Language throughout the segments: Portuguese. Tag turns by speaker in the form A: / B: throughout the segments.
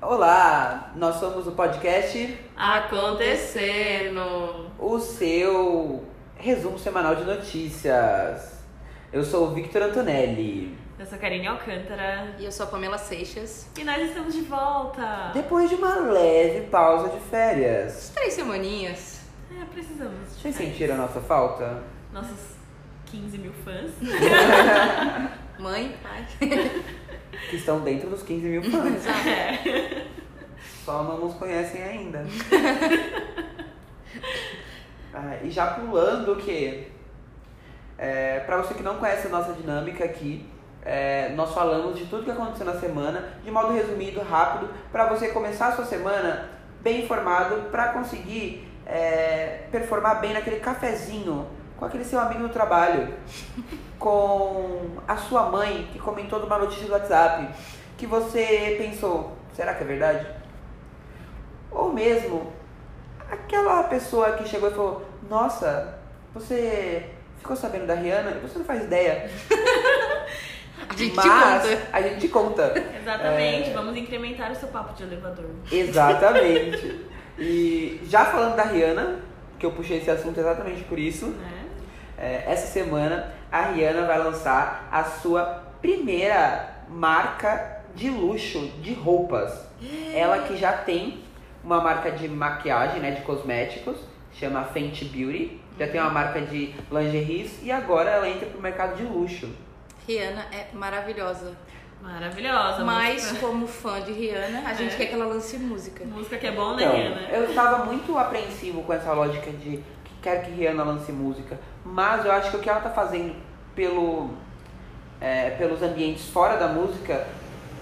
A: Olá, nós somos o podcast
B: Acontecendo.
A: O Seu Resumo Semanal de Notícias. Eu sou o Victor Antonelli.
B: Eu sou a Karine Alcântara
C: E eu sou a Pamela Seixas.
B: e nós estamos de volta.
A: Depois de uma leve pausa de férias,
C: Três semaninhas.
B: É, precisamos. de
A: vocês
B: mais.
A: sentiram a nossa falta?
B: Nossos 15 mil fãs.
C: Mãe, pai.
A: Que estão dentro dos 15 mil fãs.
B: É.
A: Só não nos conhecem ainda. Ah, e já pulando o quê? É, pra você que não conhece a nossa dinâmica aqui, é, nós falamos de tudo que aconteceu na semana, de modo resumido, rápido, pra você começar a sua semana bem informado, pra conseguir é, performar bem naquele cafezinho com aquele seu amigo do trabalho, com a sua mãe que comentou de uma notícia do WhatsApp que você pensou, será que é verdade? Ou mesmo aquela pessoa que chegou e falou, nossa, você ficou sabendo da Rihanna? Você não faz ideia.
C: A gente
A: mas
C: te conta.
A: a gente te conta.
C: É.
B: Exatamente. Vamos incrementar o seu papo de elevador.
A: Exatamente. E já falando da Rihanna, que eu puxei esse assunto exatamente por isso,
B: Né?
A: é, essa semana a Rihanna vai lançar a sua primeira marca de luxo de roupas. Ela que já tem uma marca de maquiagem, né, de cosméticos, chama Fenty Beauty. Já tem uma marca de lingeries e agora ela entra pro mercado de luxo.
C: Rihanna é maravilhosa.
A: é
B: Maravilhosa.
C: Mas,
B: música.
C: como fã de Rihanna, a gente
B: É.
C: quer que ela lance música.
B: Música que é bom, né,
A: Então,
B: Rihanna?
A: eu tava muito apreensivo com essa lógica de que quero que Rihanna lance música, mas eu acho que o que ela tá fazendo pelo, é, pelos ambientes fora da música,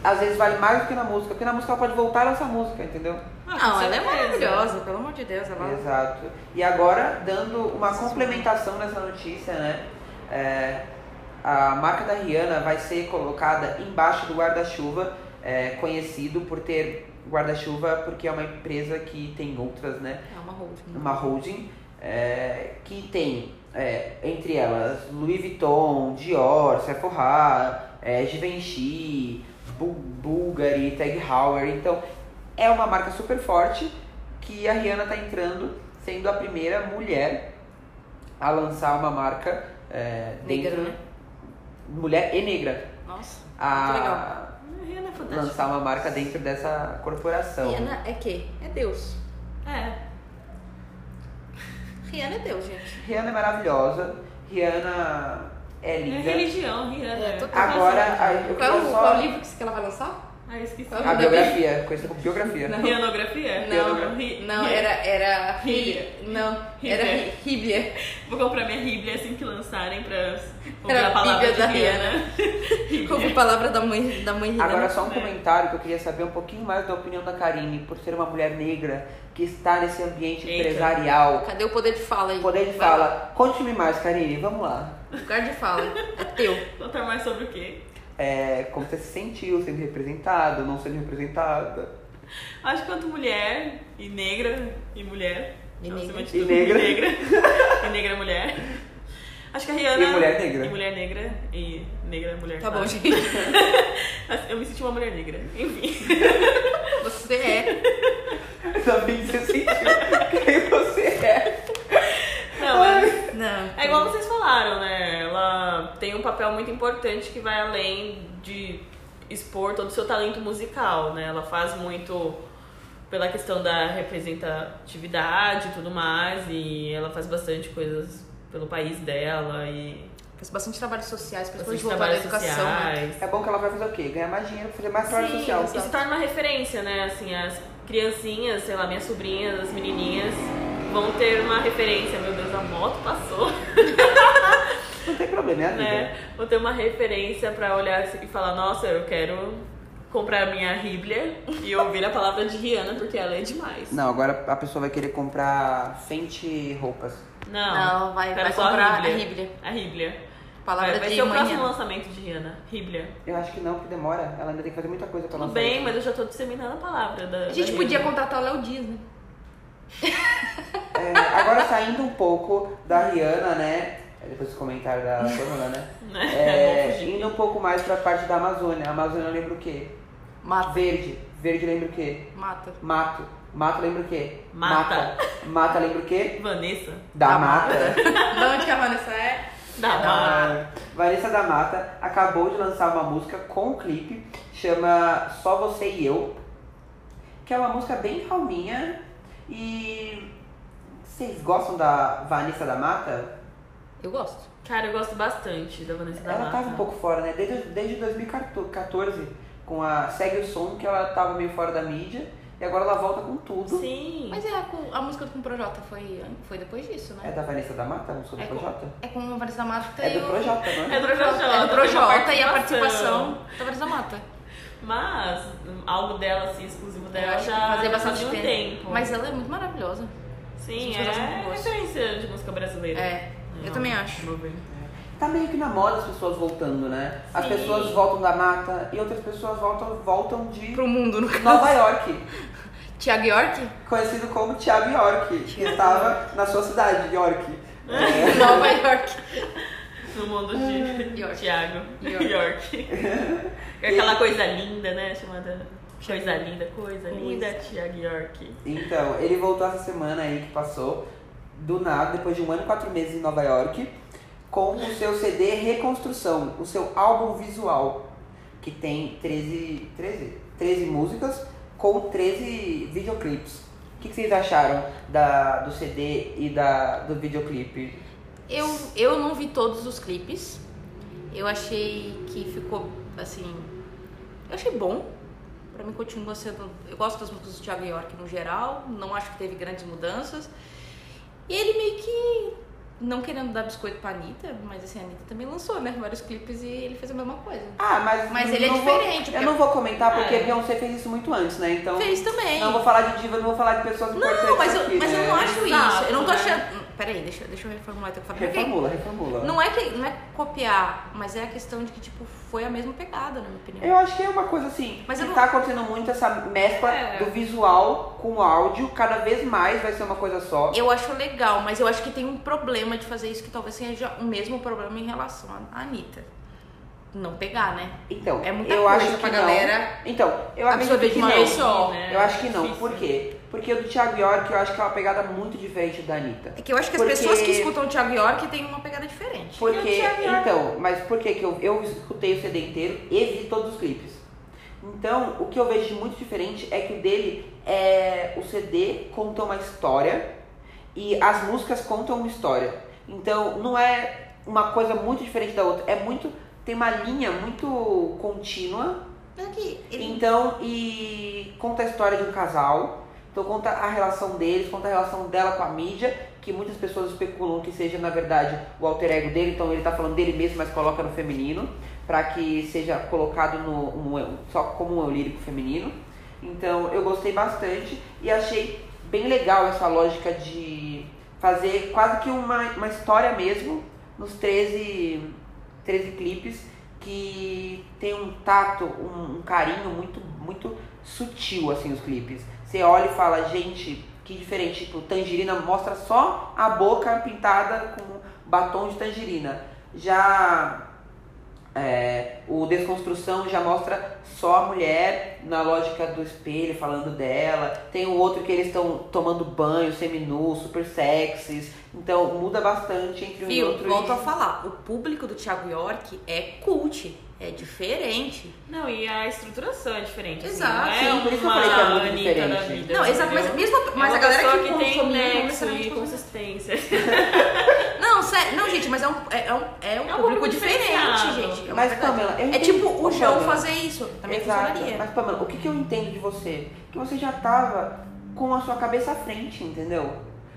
A: às vezes vale mais do que na música, porque na música ela pode voltar a lançar música, entendeu?
B: Ah, com
C: Não, ela é
B: certeza.
C: maravilhosa, pelo amor de Deus. Ela...
A: Exato. E agora, dando uma complementação nessa notícia, né? é, a marca da Rihanna vai ser colocada embaixo do guarda-chuva, é, conhecido por ter guarda-chuva, porque é uma empresa que tem outras, né?
C: É uma holding.
A: uma holding é, que tem é, entre elas Louis Vuitton, Dior, Sephora, é, Givenchy, Bu Bulgari, Tag Heuer. Então é uma marca super forte que a Rihanna está entrando, sendo a primeira mulher a lançar uma marca é,
C: Negra,
A: dentro
C: né?
A: mulher e negra
C: Nossa. Muito legal.
A: a
B: A Rihanna é fantástica.
A: lançar uma marca dentro dessa corporação.
C: Rihanna é quê? É Deus.
B: É.
C: Rihanna é Deus, gente.
A: Rihanna é maravilhosa. Rihanna é
B: É
A: linda.
B: religião, Rihanna.
C: É, total.
A: Agora, a- eu
C: Qual
A: queria
C: é o,
A: só
C: qual é o livro que que ela vai lançar?
B: Ah, eu esqueci.
C: Qual é o
A: a
C: nome da
A: biografia, conhecida como biografia.
C: Não.
B: Rianografia?
C: Não,
B: Ri-
C: não, é
B: Ri-
C: era. era
B: Ríbia.
C: Não,
B: Ríbia.
C: era Rí- Ríbia.
B: Vou comprar minha Bíblia assim que lançarem pra comprar
C: Era
B: a palavra
C: Bíblia
B: de
C: da
B: Rihanna. Bíblia.
C: Como palavra da mãe, da mãe Rihanna.
B: né?
A: Agora só um comentário que eu queria saber um pouquinho mais da opinião da Karine, por ser uma mulher negra que está nesse ambiente
B: Eita.
A: empresarial.
C: Cadê o poder de fala aí?
A: O poder de
C: Vai lá.
A: fala. Conte-me mais, Karine, vamos lá.
C: Lugar de fala. É teu.
B: Contar mais sobre o quê?
A: É, como você se sentiu sendo representada, não sendo representada.
B: Acho que quanto mulher e negra e mulher.
C: E
B: não,
C: negra.
B: acima de
A: E
B: tudo,
A: negra.
B: E negra. e negra mulher. Acho que a Rihanna.
A: E mulher negra.
B: E mulher negra. E negra mulher.
C: Tá bom,
B: claro.
C: gente.
B: Eu me senti uma mulher negra. Enfim.
C: Você é.
A: Também você sentiu quem você é.
B: Não, mas.
C: Não.
B: É igual vocês falaram, né? Ela tem um papel muito importante que vai além de expor todo o seu talento musical, né? Ela faz muito pela questão da representatividade e tudo mais, e ela faz bastante coisas pelo país dela e
C: Faz bastante trabalhos sociais, principalmente
B: bastante
C: voltado à
B: trabalhos
C: educação. né?
B: sociais.
A: É bom que ela vai fazer o quê? Ganhar mais dinheiro, fazer mais trabalho
C: Sim,
A: social.
B: E se torna uma referência, né? Assim, as criancinhas, sei lá, minhas sobrinhas, as menininhas vão ter uma referência. Meu Deus, a moto passou.
A: Não tem problema, é a vida.
B: né? Vou ter uma referência pra olhar e falar, nossa, eu quero comprar minha Bíblia e ouvir a palavra de Rihanna, porque ela é demais.
A: Não, agora a pessoa vai querer comprar Fenty roupas.
B: Não,
C: Não, vai-
B: quero
C: vai
B: só
C: comprar
B: Bíblia.
C: a Bíblia.
B: A Bíblia.
C: Palavra
B: vai vai
C: de
B: ser o
C: manhã.
B: próximo lançamento de Rihanna, Bíblia.
A: Eu acho que não, porque demora. Ela ainda tem que fazer muita coisa pra
B: Tudo
A: lançar.
B: bem,
A: isso.
B: mas eu já tô disseminando a palavra da
C: A gente
B: da
C: podia
B: Rihanna.
C: contratar o Léo Dias, né?
A: É, agora saindo um pouco da Rihanna, né? Depois do comentário da Pamela, né?
B: Né?
A: É,
B: Vou fugir.
A: indo um pouco mais pra parte da Amazônia. A Amazônia lembra o quê?
C: Mata.
A: Verde. Verde lembra o quê?
C: Mata.
A: Mato. Mato lembra o quê?
B: Mata.
A: Mata, Mata lembra o quê?
B: Vanessa?
A: Da, mata.
C: de onde que a Vanessa é?
B: Da Mata.
A: Ah, Vanessa da Mata acabou de lançar uma música com um clipe, chama Só Você e Eu, que é uma música bem calminha e vocês gostam da Vanessa da Mata?
C: Eu gosto.
B: Cara, eu gosto bastante da Vanessa da
A: ela
B: Mata.
A: tava um pouco fora, né? Desde, desde 2014, com a Segue o Som, que ela tava meio fora da mídia, e agora ela volta com tudo.
B: Sim.
C: Mas é a, com- a música com o Projota foi, foi depois disso,
A: É
C: né?
A: da Vanessa da Mata, a música do
C: É com-
A: Projota?
C: É com a Vanessa Mata
A: É
C: e
A: do
C: o...
A: Projota, não
B: É
A: é?
B: do Projota.
C: É do
B: tem uma
C: Projota e a participação da Vanessa Mata.
B: Mas hum, algo dela, assim, exclusivo
C: Eu
B: dela,
C: acho que
B: já
C: fazia
B: já
C: bastante
B: fazia um
C: tempo.
B: tempo.
C: Mas ela é muito maravilhosa.
B: Sim,
C: Gente,
B: é
C: eu gosto muito gosto.
B: referência de música brasileira.
C: É, eu
B: Não,
C: também acho.
B: vou ver.
A: Tá meio que na moda as pessoas voltando, né? As
B: Sim.
A: pessoas voltam da mata e outras pessoas voltam, voltam de
C: Pro mundo, no caso.
A: Nova York,
C: Tiago York?
A: conhecido como Thiago York, que estava na sua cidade, York. É.
C: Nova York.
B: No mundo de
C: York.
B: Tiago.
C: York.
B: York. É Aquela coisa linda, né? Chamada Coisa Linda, Coisa Linda, Tiago York.
A: Então, ele voltou essa semana aí que passou, do nada, depois de um ano e quatro meses em Nova York, com o seu CD Reconstrução, o seu álbum visual, que tem 13, 13, 13 músicas com 13 videoclipes. O que, que vocês acharam da, do CD e da, do videoclipe?
C: Eu, eu não vi todos os clipes. Eu achei que ficou, assim... Eu achei bom. Pra mim continua sendo... Eu gosto das músicas do Tiago York no geral. Não acho que teve grandes mudanças. E ele meio que... Não querendo dar biscoito pra Anitta, mas assim, a Anitta também lançou, né? Vários clipes e ele fez a mesma coisa.
A: Ah, mas.
C: Mas ele é
A: não
C: diferente,
A: Vou,
C: porque-
A: Eu não vou comentar porque
B: É.
A: Beyoncé fez isso muito antes, né? Então.
C: Fez também.
A: Não vou falar de diva, não vou falar de pessoas importantes.
C: Não, mas, eu,
A: aqui,
C: mas
A: né?
C: eu não
B: Exato,
C: acho isso. Eu não tô
B: né?
C: achando. hum, Peraí, deixa, deixa eu reformular o que eu falei. Porque
A: Reformula, reformula.
C: Não é, que, não é copiar, mas é a questão de que, tipo, foi a mesma pegada, na minha opinião.
A: Eu acho que é uma coisa assim,
C: Mas
A: que
C: eu não-
A: tá acontecendo muito essa mescla
B: É.
A: do visual com o áudio, cada vez mais vai ser uma coisa só.
C: Eu acho legal, mas eu acho que tem um problema de fazer isso que talvez seja o mesmo problema em relação à Anitta. Não pegar, né?
A: Então,
C: É muita
A: eu
C: coisa
A: acho que
C: pra
A: não.
C: galera
A: Então, eu acredito
C: Absorver
A: que
C: de uma
A: não.
C: vez só. É
B: Né?
A: Eu acho que não.
B: Difícil.
A: Por quê? Porque o do Thiago York eu acho que é uma pegada muito diferente da Anitta.
C: É que eu acho que as
A: Porque-
C: pessoas que escutam o Thiago York têm uma pegada diferente.
A: Porque,
B: Eu tinha-
A: então, mas por que que eu, eu escutei o CD inteiro e vi todos os clipes? Então, o que eu vejo de muito diferente é que o dele é. O CD conta uma história e as músicas contam uma história. Então, não é uma coisa muito diferente da outra. É muito. Tem uma linha muito contínua.
C: Mas é que ele
A: Então, e conta a história de um casal. Então, conta a relação deles, conta a relação dela com a mídia, que muitas pessoas especulam que seja, na verdade, o alter ego dele. Então, ele tá falando dele mesmo, mas coloca no feminino, pra que seja colocado no, um- só como um eu lírico feminino. Então, eu gostei bastante e achei bem legal essa lógica de fazer quase que uma, uma história mesmo nos 13, 13 clipes que tem um tato, um, um carinho muito, muito sutil, assim, os clipes. Você olha e fala, gente, que diferente. Tipo, Tangerina mostra só a boca pintada com batom de tangerina. Já é, o Desconstrução já mostra só a mulher na lógica do espelho, falando dela. Tem o outro que eles estão tomando banho, seminu, super sexys. Então, muda bastante entre um e
C: Viu?
A: outro.
C: Volto
A: e-
C: a falar. O público do Thiago York é cult. É diferente.
B: Não, e a estruturação é diferente. assim,
C: Exato.
B: não
A: Sim,
B: é
A: por isso que eu
B: uma
A: falei que é muito
B: Anitta
A: diferente.
B: da vida,
C: Não, exato, mas,
B: entendeu?
C: mesmo,
B: É
C: mas
B: uma
C: a galera
B: pessoa
C: que,
B: tem
C: consome é não
B: nexo
C: necessariamente
B: e
C: consome.
B: consistência.
C: Não, sério, não, gente, mas é um, é, é um, é um
B: É um
C: público,
B: público
C: diferente,
B: diferenciado.
C: gente. É uma
A: Mas,
C: verdade.
A: Pamela, eu
C: é
A: entendo
C: tipo
A: o
C: o João
A: Pamela.
C: fazer isso. Também
A: Exato.
C: funcionaria.
A: Mas, Pamela, o que, que eu entendo de você? Que você já tava com a sua cabeça à frente, entendeu?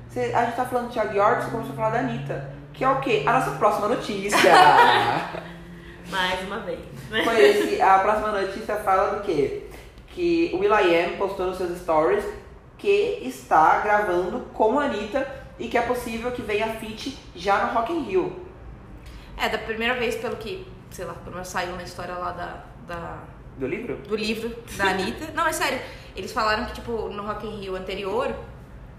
A: Você- a gente tá falando do Thiago York, você começou a falar da Anitta. Que é o quê? A nossa próxima notícia.
B: Mais uma vez. né?
A: Foi esse. A próxima notícia fala do quê? Que o Will.i.am postou nos seus stories que está gravando com a Anitta e que é possível que venha a feat já no Rock in Rio.
C: É, da primeira vez, pelo que, sei lá, pelo menos saiu na história lá da, da-
A: Do livro?
C: do livro da Anitta. não, é sério. Eles falaram que, tipo, no Rock in Rio anterior,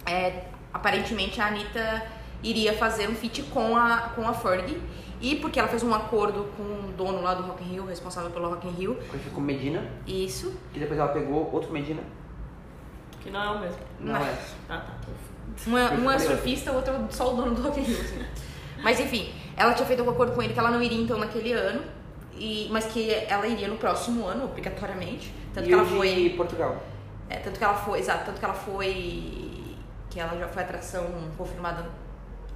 C: é, aparentemente a Anitta iria fazer um feat com a, com a Ferg. E porque ela fez um acordo com o dono lá do Rock in Rio, responsável pelo Rock in Rio.
A: Hoje com Medina,
C: Isso.
A: que depois ela pegou outro Medina.
B: Que não é o mesmo.
A: Não
C: Não.
A: é.
B: Ah, tá.
C: Uma, uma é surfista, outra é só o dono do Rock in Rio. assim. Mas enfim, ela tinha feito um acordo com ele que ela não iria então naquele ano, e, mas que ela iria no próximo ano, obrigatoriamente. Tanto
A: E
C: que ela
A: o de
C: foi.
A: Portugal.
C: É, tanto que ela foi, exato, tanto que ela foi. Que ela já foi atração confirmada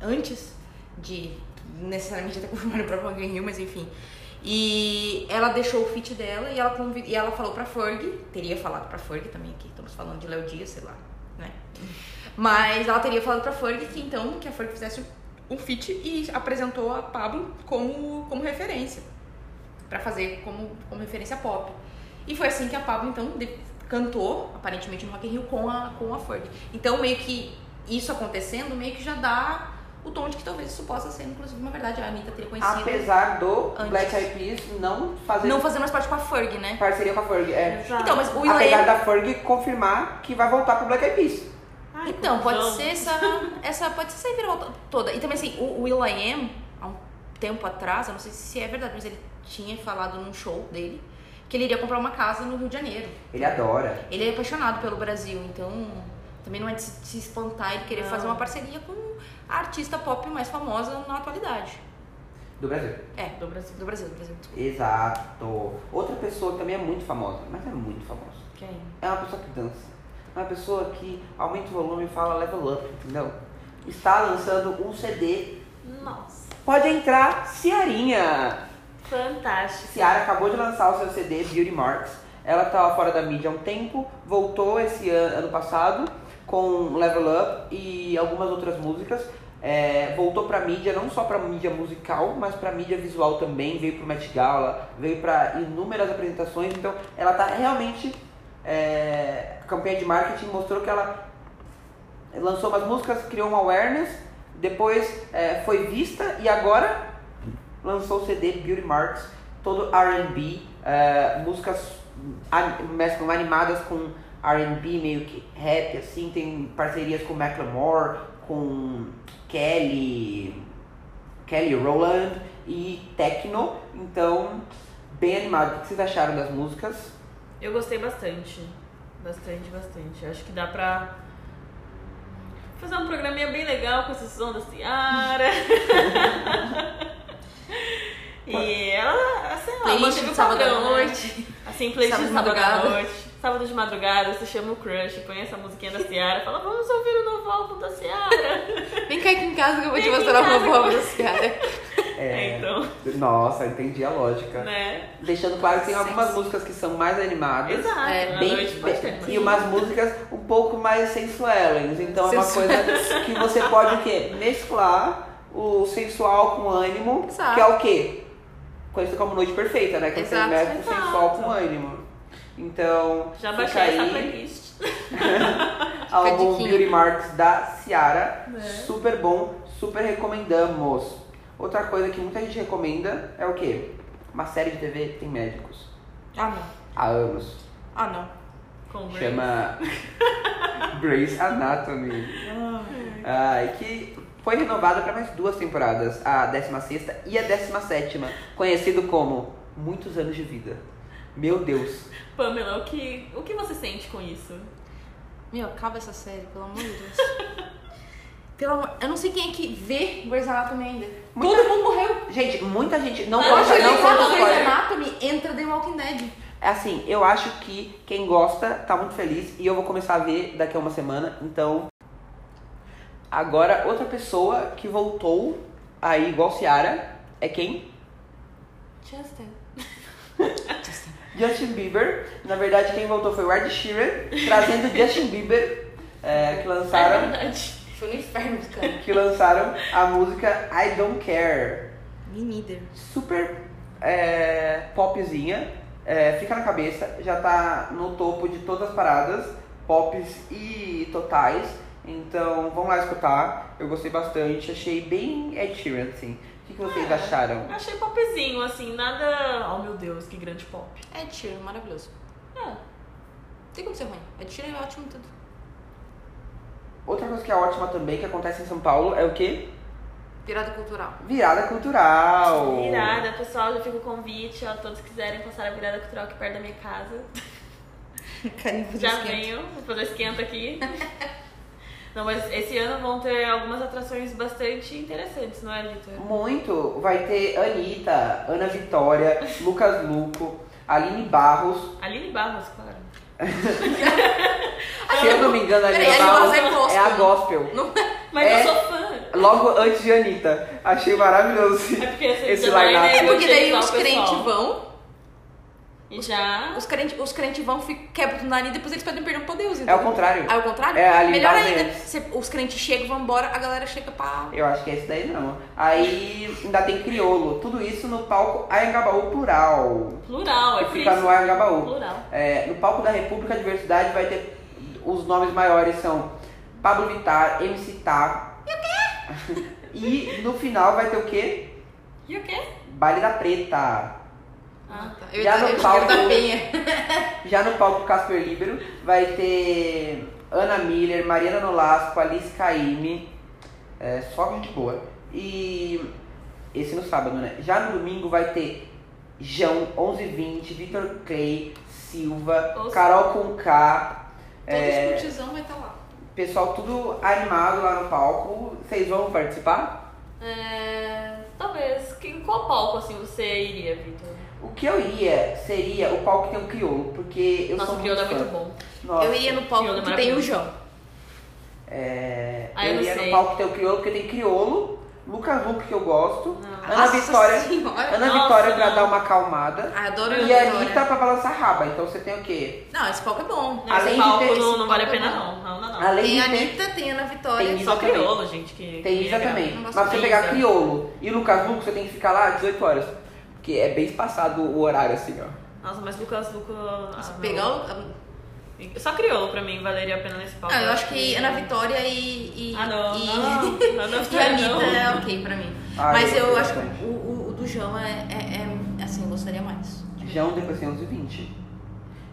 C: antes de necessariamente até confirmada pra Rock in Rio, mas enfim. E ela deixou o feat dela e ela, convi- e ela falou pra Ferg, teria falado pra Ferg também aqui, estamos falando de Léo Dias, sei lá, né? Mas ela teria falado pra Ferg que então que a Ferg fizesse um feat e apresentou a Pablo como, como referência. Pra fazer como, como referência pop. E foi assim que a Pablo então de- cantou, aparentemente no Rock in Rio, com a, com a Ferg. Então meio que isso acontecendo meio que já dá o tom de que talvez isso possa ser, inclusive, uma verdade. A Anitta teria conhecido.
A: Apesar do
C: Antes.
A: Black Eyed Peas não fazer
C: Não fazer mais parte com a Ferg, né?
A: parceria com a Ferg. É.
B: Exato.
C: Então, mas o
A: Apesar
C: Ilê.
A: da Ferg confirmar que vai voltar pro Black Eyed Peas.
B: Ai,
C: Então, pode
B: confusão.
C: ser essa. essa pode ser essa reviravolta toda. E também assim, o Will I Am, há um tempo atrás, eu não sei se é verdade, mas ele tinha falado num show dele que ele iria comprar uma casa no Rio de Janeiro.
A: Ele adora.
C: Ele é apaixonado pelo Brasil, então também não é de se se espantar ele querer
B: Não.
C: fazer uma parceria com a artista pop mais famosa na atualidade.
A: Do Brasil.
C: É,
B: Do Brasil.
C: do Brasil, do Brasil. desculpa.
A: Exato. Outra pessoa que também é muito famosa, mas é muito famosa.
C: Quem?
A: É uma pessoa que dança. É uma pessoa que aumenta o volume e fala level up, entendeu? Está lançando um CD.
B: Nossa.
A: Pode entrar, Ciarinha!
B: Fantástico.
A: Ciara acabou de lançar o seu CD, Beauty Marks. Ela estava fora da mídia há um tempo, voltou esse an- ano passado com Level Up e algumas outras músicas. É, voltou pra mídia, não só pra mídia musical, mas pra mídia visual também. Veio pro Met Gala, veio pra inúmeras apresentações. Então, ela tá realmente... é, a campanha de marketing mostrou que ela lançou umas músicas, criou um awareness, depois é, foi vista e agora lançou o CD Beauty Marks, todo R&B, é, músicas an- mesclam animadas com R&B, meio que rap, assim, tem parcerias com Macklemore, com Kelly, Kelly Rowland e Tecno, então bem animado. O que vocês acharam das músicas?
B: Eu gostei bastante. Bastante, bastante. Acho que dá pra fazer um programinha bem legal com esse som da Ciara. e ela, sei lá,
C: Playlist
B: manteve
C: de
B: o
C: sábado à
B: padrão, né?
C: noite.
B: Assim, playlist
C: Sábado
B: de
C: de
B: sábado à
C: madrugada.
B: noite. Sábado de madrugada, você chama o crush, põe essa musiquinha da Ciara, fala, vamos ouvir o novo álbum da Ciara.
C: Vem cá aqui em casa que eu vou te
B: Vem aqui em
C: mostrar uma
B: casa que eu
C: boa
B: vou-
C: pra você, cara.
B: É, então,
A: Nossa, entendi a lógica.
B: né?
A: Deixando claro que tem algumas
C: Sexy.
A: músicas que são mais animadas.
B: Exato.
C: É,
B: à
A: bem-
B: noite pode ter, mas-
A: e umas músicas um pouco mais sensuais. Então é uma coisa que você pode o quê? Mesclar o sensual com ânimo,
C: Exato.
A: que é o quê? Conhecido como noite perfeita, né? Que
C: Exato,
A: você mescla o
B: exato.
A: sensual com ânimo. Então,
B: Já
A: fica
B: baixei essa
A: aí
B: playlist.
A: álbum
C: diquinha.
A: Beauty Marks da Ciara.
B: É.
A: Super bom, super recomendamos. Outra coisa que muita gente recomenda é o quê? Uma série de TV que tem médicos.
C: Ah não.
A: Há anos.
C: Ah não.
B: Com Grace.
A: Chama Grey's Anatomy. Ai, que foi renovada para mais duas temporadas, a 16 e a 17, conhecido como Muitos Anos de Vida. Meu Deus.
B: Pamela, o que, o que você sente com isso?
C: Meu, acaba essa série, pelo amor de Deus. pelo amor... Eu não sei quem é que vê Grey's Anatomy ainda.
A: Muita-
C: Todo mundo morreu.
A: Gente, muita gente. Não
B: Ah,
A: conta,
B: mas
A: não
B: eu
A: conta
B: tava
A: spoiler.
C: Grey's Anatomy, entra The Walking Dead.
A: É assim, eu acho que quem gosta tá muito feliz e eu vou começar a ver daqui a uma semana, então. Agora, outra pessoa que voltou aí igual Ciara é quem?
C: Justin.
A: Justin Bieber. Na verdade, quem voltou foi o Ed Sheeran, trazendo Justin Bieber, é, que
B: É
A: lançaram,
B: verdade.
C: Foi no inferno, cara.
A: que lançaram a música I Don't Care.
C: Me neither.
A: Super é, popzinha, é, fica na cabeça, já tá no topo de todas as paradas, pops e totais. Então, vão lá escutar. Eu gostei bastante, achei bem Ed Sheeran, assim. O que, que vocês acharam?
B: Achei popzinho, assim, nada. Oh meu Deus, que grande pop.
C: Ed Sheeran, maravilhoso.
B: É.
C: Não tem como ser ruim. Ed Sheeran é ótimo em tudo.
A: Outra coisa que é ótima também, que acontece em São Paulo, é o quê?
C: Virada cultural.
A: Virada cultural.
B: Virada, pessoal, já fica o convite, ó, todos que quiserem passar a virada cultural aqui perto da minha casa.
C: Carimbo
B: Já venho, vou fazer esquenta aqui. Não, mas esse ano vão ter algumas atrações bastante interessantes, não é, Vitor?
A: Muito. Vai ter Anitta, Ana Vitória, Lucas Luco, Aline Barros.
B: Aline Barros, claro.
A: Se eu não me engano, Aline
C: Peraí, Aline
A: Barros
C: Barros é gospel.
A: é a gospel.
C: Não
B: Mas
A: É.
B: eu sou fã.
A: Logo antes de Anitta. Achei maravilhoso
B: É porque esse
A: esse
B: design
C: é
A: line-up.
B: Eu
C: porque daí
B: sei,
C: os
B: pessoal.
C: crentes vão,
B: E já.
C: os crentes os crente vão, fica- quebram tudo na linha e depois eles pedem perdão pra Deus.
A: É
C: Então.
A: o contrário.
C: Aí, ao contrário?
A: É, ali
C: Melhor
A: dá
C: ainda.
A: menos.
C: Cê- os crentes chegam, vão embora, a galera chega pra.
A: Eu acho que é esse daí não. Aí ainda tem Criolo. Tudo isso no palco Ayangabaú Plural.
B: Plural, é
A: que
B: por
A: fica no
B: isso.
A: Ayangabaú.
B: Plural.
A: É, no palco da República a Diversidade vai ter os nomes maiores são Pablo Vittar, MC Tá. E o quê? e no final vai ter o quê?
B: E o quê?
A: Baile da Preta.
B: Ah, tá.
C: Eu,
A: Já
C: eu,
A: no
C: eu
A: palco-
C: da penha.
A: Já no palco Casper Libero vai ter Ana Miller, Mariana Nolasco, Alice Caime, é, só gente boa. E esse no sábado, né? Já no domingo vai ter João 1120, Vitor Clay, Silva,
B: Ou seja,
A: Carol É, Conká.
C: Todo escrutizão vai estar tá lá.
A: Pessoal tudo animado lá no palco. Vocês vão participar?
B: É, talvez. Em qual palco assim você iria, Vitor?
A: O que eu iria seria o palco que tem o crioulo, porque eu
B: Nossa,
A: sou
B: o crioulo é muito
A: fã.
B: bom.
A: Nossa.
C: Eu iria no palco
B: Crioulo é
C: que tem o
B: maravilhoso.
C: João.
A: É,
B: Ah,
A: eu,
B: eu não
A: ia no
B: sei.
A: palco que tem o crioulo, porque tem crioulo, Lucas Luco que eu gosto,
B: Não.
A: Ana Vitória,
C: Senhora.
A: Ana
B: Ah, Nossa,
A: Vitória pra
B: não. Ah,
A: dar uma acalmada
C: Adoro a
A: e a
C: Ana
A: Anitta
C: Vitória.
A: pra balançar raba. Então você tem o quê?
C: Não, esse palco é bom.
B: Não,
A: Além de
B: esse palco
A: ter-
B: não, não vale a
C: palco
B: pena,
C: é bom.
B: não. Não, não, não.
A: Além
C: Tem
A: de
C: a
A: ter-
C: Anitta, tem a Ana Vitória.
A: Tem
B: Só
A: Isa também.
B: crioulo, gente. Que é
A: tem Isa também.
C: não
A: Mas
C: gosto
A: você
C: de
A: pegar
B: Isa.
A: crioulo e Lucas Luco, você tem que ficar lá 18 horas. Porque é bem espaçado o horário, assim, ó.
B: Nossa, mas Lucas Luco. ah,
C: Se
B: não.
C: pegar o-
B: Só crioulo pra mim valeria a pena nesse palco.
C: Não, Ah, eu acho que
B: é
C: Ana Vitória e. e
B: Ah, não.
C: E,
B: não, não, não,
C: e a Anitta
B: não.
C: é ok pra mim.
A: Ah,
C: Mas
A: eu
C: eu,
A: gostei
C: acho
A: bastante.
C: que o, o- o do João é, é- é, Assim, eu gostaria mais.
A: Jão depois tem 11h20.